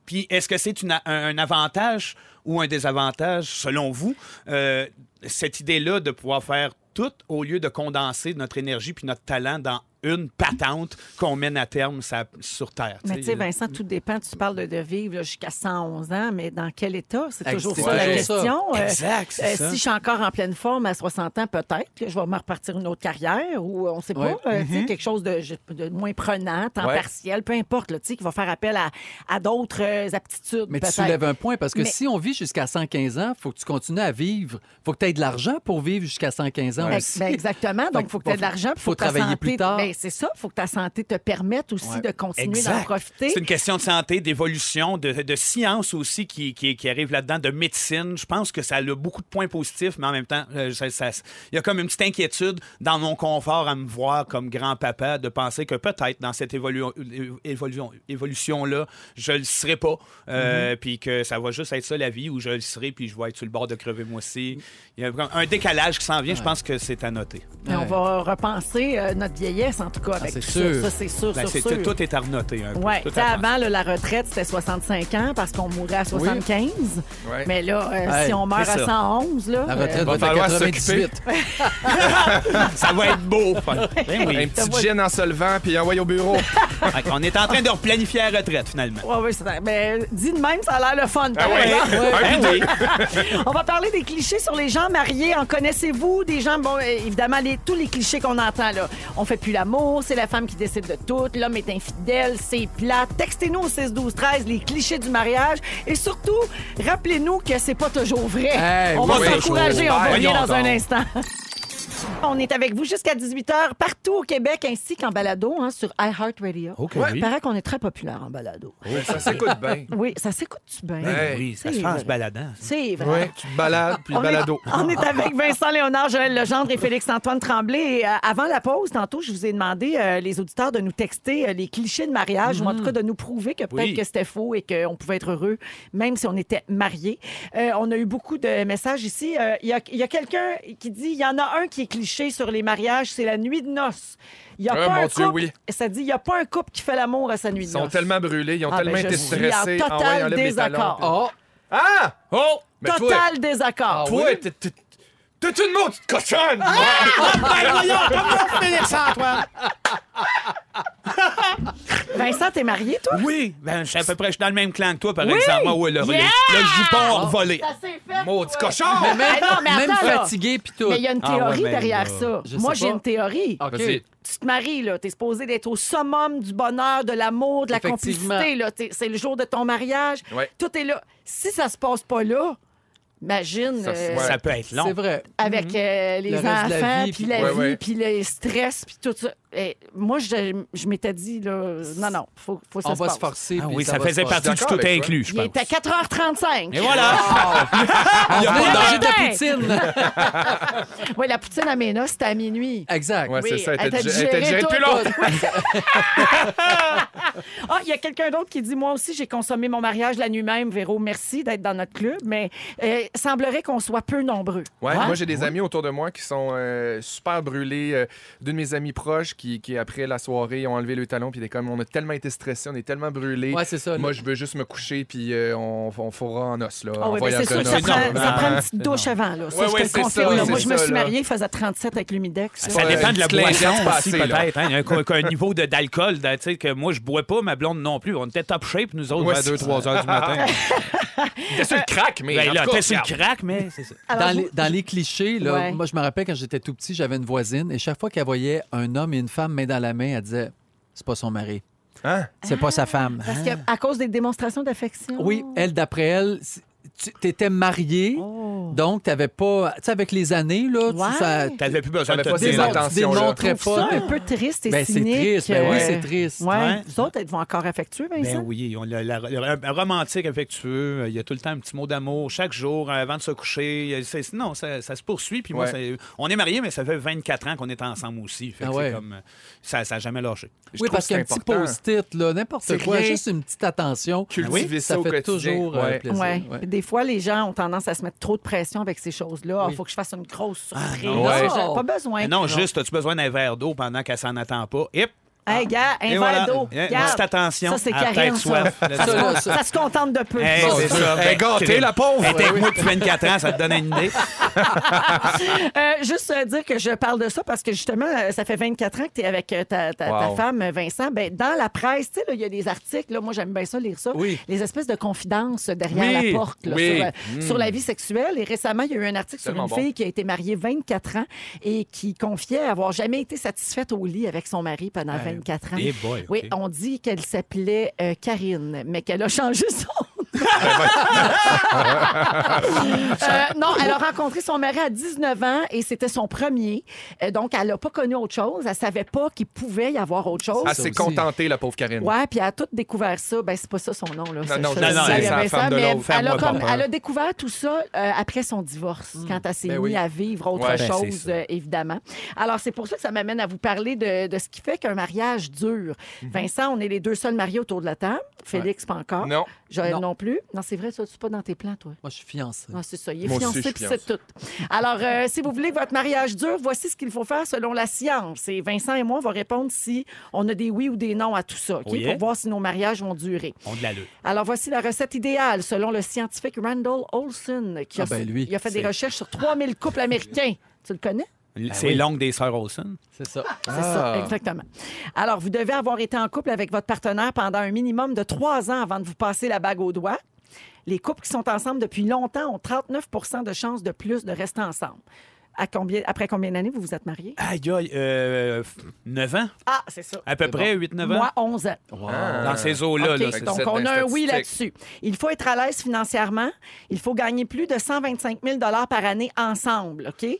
S5: Puis, est-ce que c'est une a- un, un avantage ou un désavantage, selon vous, euh, cette idée-là de pouvoir faire tout au lieu de condenser notre énergie puis notre talent dans une patente qu'on mène à terme sa- sur Terre?
S1: Mais tu sais,
S5: il-
S1: Vincent, tout dépend. Tu parles de, de vivre là, jusqu'à 111 ans, mais dans quel état? C'est
S4: Ex-
S1: toujours
S4: c'est
S1: ça la
S4: toujours ça.
S1: question. Euh,
S5: Exact, c'est
S1: euh,
S5: ça.
S1: si je suis encore en pleine forme à 60 ans, peut-être que je vais me repartir une autre carrière ou euh, on sait pas,
S4: Ouais.
S1: euh, tu sais, quelque chose de, je- de moins prenant, temps
S2: Ouais.
S1: partiel, peu importe, là, tu sais, qui va faire appel à, à d'autres euh, aptitudes.
S4: Mais tu
S1: peut-être.
S4: soulèves un point parce que
S1: Mais-
S4: si on vit jusqu'à 115 ans, faut que tu continues à vivre. faut que tu aies de l'argent pour vivre jusqu'à 115 ans
S1: Ben,
S4: aussi.
S1: ben, exactement. Donc, il faut que tu aies de
S4: bon,
S1: l'argent. puis
S4: faut
S1: que ta
S4: travailler
S1: santé-
S4: plus tard.
S1: Ben, c'est ça. Il faut que ta santé te permette aussi
S4: Ouais.
S1: de continuer
S5: Exact.
S1: d'en profiter.
S5: C'est une question de santé, d'évolution, de, de science aussi qui, qui, qui arrive là-dedans, de médecine. Je pense que ça a beaucoup de points positifs, mais en même temps, euh, ça- ça- il y a comme une petite inquiétude dans mon confort à me voir comme grand-papa, de penser que peut-être dans cette évolu- euh, évolution- évolution-là, je le serai pas,
S1: Mm-hmm.
S5: euh, puis que ça va juste être ça la vie, où je le serai, puis je vais être sur le bord de crever moi aussi. Il y a comme un décalage qui s'en vient, je pense que c'est à noter.
S1: Mais on
S4: Ouais.
S1: va repenser euh, notre vieillesse, en tout cas, avec
S4: c'est
S1: tout
S4: sûr.
S1: ça. Ça, c'est sûr,
S5: Ben,
S1: sûr,
S5: c'est-
S1: sûr.
S5: tout est à renoter un peu.
S1: Oui,
S5: Tout à penser.
S1: avant, là, la retraite, c'était 65 ans parce qu'on mourait à 75.
S2: Ouais.
S1: Mais là, euh,
S4: Hey,
S1: si on meurt
S5: c'est
S1: à
S5: ça.
S1: 111, là,
S4: La
S1: euh,
S4: retraite
S2: va
S4: va être à
S2: falloir
S4: 98.
S5: Ça va être beau. Ben oui.
S2: Un petit gin en solvant, puis envoie au bureau.
S5: Fait qu'on est en train de replanifier la retraite, finalement.
S1: euh, ouais, ouais, c'est- mais dit de même, ça a l'air le fun. par
S2: Ah ouais.
S1: exemple.
S5: ben
S2: Un puis deux.
S1: On va parler des clichés sur les gens mariés. En connaissez-vous des gens, bon, euh, évidemment, les- tous les clichés qu'on entend, là. On fait plus l'amour, c'est la femme qui décide de tout, l'homme est infidèle, c'est plat. Textez-nous au 6 12 13 les clichés du mariage et surtout, rappelez-nous que c'est pas toujours vrai.
S4: Hey,
S1: on va
S2: oui,
S1: s'encourager, on va
S2: oui,
S1: revenir
S2: voyons
S1: dans un
S2: donc.
S1: instant. On est avec vous jusqu'à 18h partout au Québec ainsi qu'en balado hein, sur iHeartRadio.
S4: Ok,
S1: Ouais,
S4: oui.
S1: Il paraît qu'on est très populaire en balado.
S2: Ça s'écoute bien.
S1: Oui, ça s'écoute-tu bien?
S2: Hey.
S5: Ben Oui, ça
S1: C'est
S5: se fait en
S1: vrai.
S5: se baladant.
S1: C'est vrai.
S2: Ouais, tu te balades, puis
S1: On est-
S2: balado.
S1: On est avec Vincent Léonard, Joël Legendre et Félix-Antoine Tremblay. Et, euh, avant la pause, tantôt, je vous ai demandé, euh, les auditeurs, de nous texter euh, les clichés de mariage, ou en
S2: Mm-hmm.
S1: tout cas de nous prouver que peut-être
S5: Oui.
S1: que c'était faux et qu'on pouvait être heureux, même si on était mariés. Euh, on a eu beaucoup de messages ici. Euh, Il y a, il y a quelqu'un qui dit, il y en a un qui est cliché sur les mariages, c'est la nuit de noces. Il y a
S2: Ah,
S1: pas
S2: mon
S1: un
S2: Dieu,
S1: couple-
S2: oui.
S1: Ça dit, il n'y a pas un couple qui fait l'amour à sa nuit
S2: Ils
S1: de
S2: sont
S1: noces.
S2: tellement brûlés, ils ont
S1: Ah, ben,
S2: tellement
S1: je
S2: été
S1: suis en
S2: stressés. Ah ouais,
S1: total
S2: enlève les talons,
S1: désaccord.
S2: puis-
S4: Oh,
S2: Ah! Oh! Mais toi- Ah,
S1: Total désaccord.
S2: Toi, t'es- t'es t'es une maudite cochonne!
S1: Ah! Vincent, t'es marié, toi?
S5: Oui, ben, je suis à peu près je suis dans le même clan que toi, par exemple. Ah ouais, là, là, là, je joue pas en volée.
S2: Maudit cochon!
S1: Ah! Mais Ah non, mais
S4: même
S1: attends, là.
S4: fatigué puis tout.
S1: Mais il y a une
S5: Ah ouais,
S1: théorie
S5: mais
S1: derrière
S5: là,
S1: ça.
S4: je
S1: Moi,
S4: sais
S1: j'ai
S4: pas.
S1: une théorie.
S4: OK.
S2: Vas-y.
S1: Tu te maries, là. T'es supposé d'être au summum du bonheur, de l'amour, de la
S4: Effectivement.
S1: complicité, là. T'es- c'est le jour de ton mariage.
S2: Ouais.
S1: Tout est là. Si ça se passe pas là, imagine.
S2: Ça,
S1: euh,
S2: ouais.
S5: Ça peut être long.
S4: C'est vrai.
S1: Avec euh, les
S4: Mhm. Le reste de la
S1: enfants,
S4: vie,
S1: puis
S4: puis-
S1: la
S2: Ouais,
S1: vie,
S2: ouais.
S1: puis le stress, puis tout ça. eh, moi, je, je m'étais dit, là, non, non, faut, faut que ça
S4: On va
S1: passe.
S4: se forcer.
S5: Ah
S4: puis
S5: oui, ça
S4: va se
S5: faisait
S4: passer.
S5: partie du
S2: d'accord
S5: tout
S2: avec toi.
S5: inclus, je
S1: Il
S5: pense.
S1: était 4h35.
S5: Et voilà!
S4: On
S1: Le
S4: venait de manger de
S1: matin.
S4: la poutine.
S1: Oui, la poutine à Ména, c'était à minuit.
S4: exact.
S2: Ouais, c'est
S1: Oui,
S2: ça. Elle
S1: elle
S2: était
S1: t'a
S2: digé-
S1: digéré
S2: elle était digérée
S1: tout,
S2: depuis longtemps.
S1: Ah, il y a quelqu'un d'autre qui dit Moi aussi, j'ai consommé mon mariage la nuit même, Véro. Merci d'être dans notre club, mais euh, semblerait qu'on soit peu nombreux.
S2: Ouais,
S1: Hein?
S2: Moi, j'ai des amis autour de moi qui sont euh, super brûlés. Euh, Deux de mes amis proches qui, qui, après la soirée, ont enlevé le talon. Puis des comme, on a tellement été stressés, on est tellement brûlés.
S4: Ouais, c'est ça.
S2: moi,
S4: là.
S2: je veux juste me coucher, puis euh, on, on fera en os, là.
S1: Ah
S2: en
S1: oui, ben c'est
S2: voyage
S1: sûr
S2: de
S1: que ça
S2: noces.
S1: prend,
S5: non,
S1: ça
S5: non,
S1: prend une
S5: non.
S1: petite douche avant. Là. Ça,
S2: Ouais,
S1: je
S2: ouais,
S1: te le
S2: c'est
S1: confirme.
S2: ça,
S1: là.
S2: c'est
S1: Moi, je me
S2: ça,
S1: suis
S2: là.
S1: mariée, il faisait 37 avec l'humidex. là.
S5: Ça
S2: Ouais,
S5: dépend de la
S2: petite
S5: boisson
S2: lingette
S5: aussi,
S2: passée, là.
S5: peut-être. hein. Il y a un, co- qu'un niveau de- d'alcool, de- tu sais, que moi, je bois pas, ma blonde non plus. On était top shape, nous autres,
S2: Ouais,
S5: vers
S2: c'est
S5: 2-3 heures du matin.
S2: T'es sur le crack, mais.
S5: Ben
S2: en
S5: là,
S2: tout cas,
S5: t'es sur le
S2: regarde.
S5: crack, mais c'est ça.
S1: Alors,
S4: Dans
S1: vous-
S4: les, dans les clichés, là,
S1: Ouais.
S4: moi, je me rappelle quand j'étais tout petit, j'avais une voisine et chaque fois qu'elle voyait un homme et une femme main dans la main, elle disait C'est pas son mari,
S2: Hein?
S4: c'est pas sa femme.
S1: Parce qu'à cause des démonstrations d'affection.
S4: Oui, elle, d'après elle, c'est- tu t'étais marié,
S1: Oh.
S4: donc t'avais pas. Tu sais, avec les années, là, tu-
S1: Ouais.
S4: ça.
S5: T'avais plus besoin
S2: T'avais
S5: de te
S2: pas ces
S4: Des
S5: dire.
S2: attentes. attentions, là.
S4: démontrais
S1: Je trouve
S4: pas.
S1: ça un peu triste et
S4: Ben, c'est
S1: cynique.
S4: triste. Ben oui,
S1: euh,
S4: c'est triste.
S1: Ouais.
S5: Ouais.
S1: Vous autres, êtes-vous encore affectueux, Vincent?
S5: Ben oui, on, la- la- la- un romantique affectueux, euh, il y a tout le temps un petit mot d'amour chaque jour euh, avant de se coucher. euh, c'est- non, ça, ça se poursuit. Puis moi,
S2: Ouais.
S5: c'est- on est mariés, mais ça fait 24 ans qu'on est ensemble aussi. Fait que
S4: Ah
S5: c'est
S4: ouais.
S5: comme, euh, ça n'a jamais lâché.
S2: Je
S4: Oui,
S2: trouve
S4: parce
S2: que
S4: qu'un
S2: c'est
S4: petit
S2: important.
S4: post-it, là, n'importe
S2: C'est
S4: quoi,
S2: rien.
S4: juste une petite attention.
S2: Cultiver ça
S4: ça
S2: au
S4: fait
S2: quotidien.
S4: toujours euh,
S2: Ouais.
S4: plaisir.
S1: Ouais.
S4: ouais.
S1: Puis Des fois, les gens ont tendance à se mettre trop de pression avec ces choses-là. Il
S4: Oui.
S1: faut que je fasse une grosse surprise.
S5: non.
S1: Ah,
S4: Ouais.
S1: j'ai Pas besoin.
S5: Mais non, juste, as-tu besoin d'un verre d'eau pendant qu'elle s'en attend pas? Hip!
S1: Hey, gars, un
S5: Ah. Et
S1: verre
S5: voilà.
S1: d'eau.
S5: Eh,
S1: Garde.
S5: Petite attention.
S1: Ça, c'est
S5: à la
S1: Karine,
S5: tête
S1: ça.
S5: soif.
S4: Ça, là, ça-
S1: Ça se contente de peu.
S5: Hey,
S4: Mon
S5: c'est
S4: Dieu.
S5: ça.
S2: Elle est gâtée, la pauvre!
S5: Elle était avec eh, moi depuis 24 ans, ça te donne une idée.
S1: Euh, juste euh, dire que je parle de ça parce que justement, euh, ça fait 24 ans que tu es avec euh, ta, ta- ta
S2: Wow.
S1: femme, euh, Vincent. Ben, dans la presse, tu sais, là, il y a des articles, là, moi j'aime bien ça lire ça,
S4: Oui.
S1: les espèces de confidences derrière
S2: Oui,
S1: la porte là,
S2: oui.
S1: sur, euh,
S5: Mm.
S1: sur la vie sexuelle. Et récemment, il y a eu un article sur
S2: Tellement
S1: une
S2: bon.
S1: fille qui a été mariée 24 ans et qui confiait avoir jamais été satisfaite au lit avec son mari pendant 24 ans.
S5: Eh boy,
S1: Oui,
S5: OK.
S1: on dit qu'elle s'appelait euh, Karine, mais qu'elle a changé son Euh, non, elle a rencontré son mari à 19 ans et c'était son premier. Euh, donc, elle n'a pas connu autre chose. Elle savait pas qu'il pouvait y avoir autre chose.
S2: Elle s'est
S4: aussi.
S2: contentée, la pauvre Karine.
S1: Ouais, puis elle a tout découvert ça. Ben, c'est pas ça son nom, là. Ça,
S2: non,
S1: je-
S2: non,
S1: je-
S5: non,
S1: je-
S5: elle,
S1: je-
S5: c'est la
S1: ça,
S5: femme de
S1: mais
S5: l'autre.
S1: elle, a
S5: Fais-moi pas
S1: comme-
S5: peur.
S1: elle a découvert tout ça euh, après son divorce, quand elle s'est
S4: Ben
S1: mise
S4: oui.
S1: à vivre autre
S2: Ouais,
S5: ben, c'est
S1: chose,
S5: ça.
S1: euh, évidemment. Alors, c'est pour ça que ça m'amène à vous parler de, de ce qui fait qu'un mariage dure. Vincent, on est les deux seuls mariés autour de la table. Félix, pas encore.
S2: Non.
S1: Joël, non,
S4: Non.
S1: plus. Non, c'est vrai, ça, c'est pas dans tes plans, toi.
S4: Moi, je suis fiancé.
S1: Ah, c'est ça. Il est
S2: Moi aussi,
S1: fiancé,
S2: je suis
S1: puis c'est tout. Alors, euh, si vous voulez que votre mariage dure, voici ce qu'il faut faire selon la science. Et Vincent et moi, on va répondre si on a des oui ou des non à tout ça, OK?
S5: Oui,
S1: pour
S5: hein?
S1: voir si nos mariages vont durer.
S5: On de la lutte.
S1: Alors, voici la recette idéale selon le scientifique Randall Olson, qui a,
S4: Ah, ben, lui,
S1: il a fait des
S5: c'est-
S1: recherches sur 3000 couples américains. Tu le connais?
S5: C'est
S4: oui.
S5: l'ongle des sœurs Olsen.
S4: C'est ça.
S1: C'est
S5: Ah.
S1: ça, exactement. Alors, vous devez avoir été en couple avec votre partenaire pendant un minimum de trois ans avant de vous passer la bague au doigt. Les couples qui sont ensemble depuis longtemps ont 39 de chances de plus de rester ensemble. À combien, après combien d'années vous vous êtes mariés?
S5: Aïe, aïe, euh, 9 ans,
S1: Ah, c'est ça.
S5: à peu près, 8-9 ans.
S1: Moi, 11 ans.
S2: Ah.
S5: Dans ces eaux-là.
S1: OK,
S5: là, c'est
S1: donc,
S2: ça.
S1: on a un oui là-dessus.
S2: Statistique.
S1: Il faut être à l'aise financièrement. Il faut gagner plus de 125 000 par année ensemble, OK? Euh,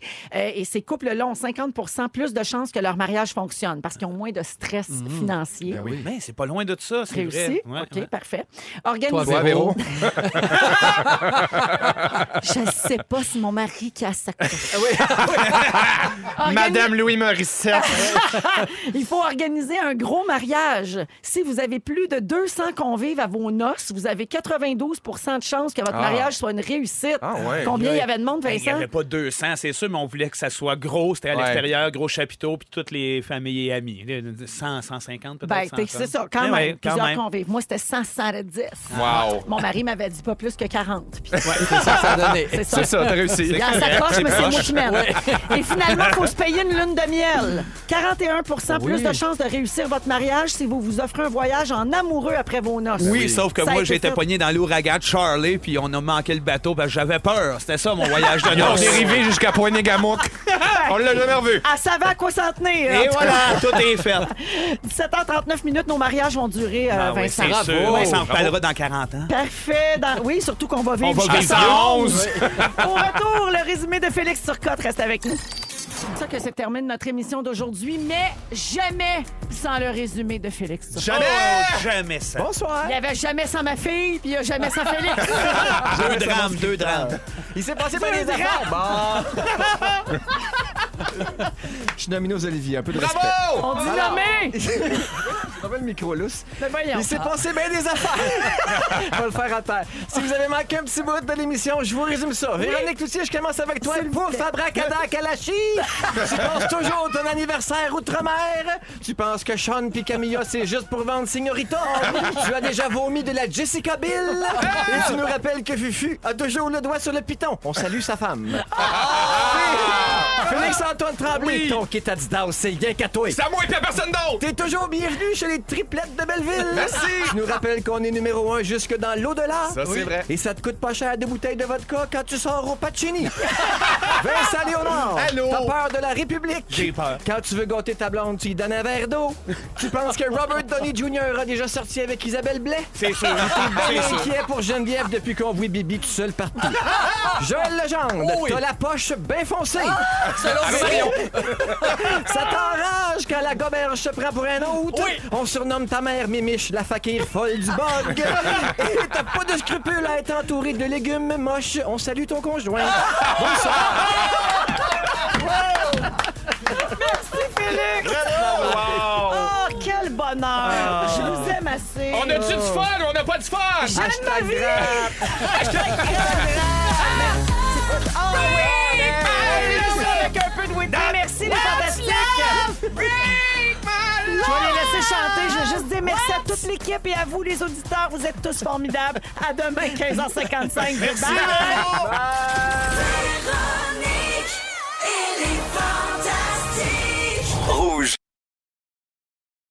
S1: et ces couples-là ont 50 plus de chances que leur mariage fonctionne parce qu'ils ont moins de stress
S5: Mhm.
S1: financier.
S5: Oui. Mais Ben, c'est pas loin de ça, c'est
S1: Réussi?
S5: vrai. Ouais,
S1: OK,
S5: ouais.
S1: parfait.
S4: Toi,
S1: Organiser.
S2: Toi, Véro.
S1: Je ne sais pas si mon mari qui a sa coche. Organi-
S2: Madame Louis Morissette.
S1: Il faut organiser un gros mariage. Si vous avez plus de 200 convives à vos noces, vous avez 92 de chances que votre
S2: Ah.
S1: mariage soit une réussite.
S2: Ah ouais.
S1: Combien il y avait de monde,
S5: Ben, Il n'y
S1: Vincent?
S5: avait pas 200, c'est sûr, mais on voulait que ça soit gros. C'était à
S2: Ouais.
S5: l'extérieur, gros chapiteau, puis toutes les familles et amis. 100, 150 peut-être.
S1: Ben,
S5: 130.
S1: c'est ça, quand
S5: Eh
S1: même.
S5: ouais, quand
S1: plusieurs
S5: même. Ah.
S1: convives. Moi, c'était 170.
S2: Wow.
S1: Mon mari m'avait dit pas plus que 40. Puis
S4: Ça, ça a donné.
S1: c'est ça.
S2: C'est ça, t'as réussi.
S1: Il y a sa coche, mais c'est moi qui mène. Et finalement, il faut se payer une lune de miel. 41 plus
S4: Oui.
S1: de chances de réussir votre mariage si vous vous offrez un voyage en amoureux après vos noces.
S5: Oui, sauf que
S1: Ça a
S5: moi,
S1: été
S5: j'étais
S1: fait.
S5: pogné dans l'ouragan de Charlie, puis on a manqué le bateau parce que j'avais peur. C'était ça, mon voyage de
S2: Ils ont
S5: noces.
S2: dérivé jusqu'à Poignet-Gamouk. On l'a jamais revu.
S1: Elle savait Ah, à quoi s'en tenir.
S5: Et voilà, tout est fait.
S1: Euh, 17h39 minutes, nos mariages vont durer, euh,
S5: Ah oui,
S1: Vincent.
S5: c'est sûr.
S4: Bravo.
S5: On s'en reparlera dans 40 ans.
S1: Parfait. Dans- Oui, surtout qu'on va vivre.
S5: On va
S1: jusqu'à
S5: vivre
S1: 111.
S5: vieux.
S1: Au retour, le résumé de Félix Turcotte reste avec nous. ça que se termine notre émission d'aujourd'hui, mais jamais sans le résumé de Félix.
S5: Jamais! Oh, jamais ça.
S1: Il n'y avait jamais sans ma fille, puis il n'y a jamais sans Félix.
S5: Deux drames, deux drames.
S3: Il s'est passé bien des affaires. Bon. Je suis nominé aux Olivier, un peu de respect.
S1: On dit
S3: Alors-
S1: nommé!
S3: On va le micro lousse.
S1: Mais voyons.
S3: Il s'est passé bien des affaires. On va le faire à terre. Si vous avez manqué un petit bout de l'émission, je vous résume ça. Véronique Loutier, je commence avec toi. Pouf, abracada, Kalachi. tu penses toujours ton anniversaire outre-mer. Tu penses que Sean puis Camilla, c'est juste pour vendre Signorita. tu as déjà vomi de la Jessica Bill. Et tu nous rappelles que Fufu a toujours le doigt sur le piton. On salue sa femme.
S2: Ah.
S3: Félix-Antoine Tremblay, ton kit Adidas, c'est rien qu'à toi.
S2: C'est à moi et puis à personne d'autre!
S3: T'es toujours bienvenu chez les triplettes de Belleville. Merci. Je nous rappelle qu'on est numéro un jusque dans l'au-delà.
S2: Ça, c'est vrai.
S3: Et ça te coûte pas cher deux bouteilles de vodka quand tu sors au Pacini. Vincent Léonard.
S2: Allô?
S3: T'as peur de la République.
S5: J'ai peur.
S3: Quand tu veux gâter ta blonde, tu lui donnes un verre d'eau. tu penses que Robert Downey Jr. a déjà sorti avec Isabelle Blais?
S5: C'est sûr.
S3: On est
S5: C'est sûr.
S3: inquiet pour Geneviève depuis qu'on voit Bibi tout seul partout. Joël Legendre, t'as la poche bien foncée. Ça t'enrage quand la goberge se prend pour un autre. On surnomme ta mère Mimiche, la fakir folle du bug. Et t'as pas de scrupule à être entouré de légumes moches. On salue ton conjoint. Bonsoir.
S1: Oh, quel bonheur! Je vous aime assez.
S2: On a-tu du fun ou on n'a pas du fun?
S1: J'aime ma vie!
S2: Ah.
S1: Ah. Avec un peu de Whitney, merci les fantastiques! Je vais les laisser chanter. Je veux juste dire merci à toute l'équipe et à vous, les auditeurs. Vous êtes tous formidables. À demain, 15h55. Bye!
S11: Véronique, elle est fantastique.
S7: Rouge.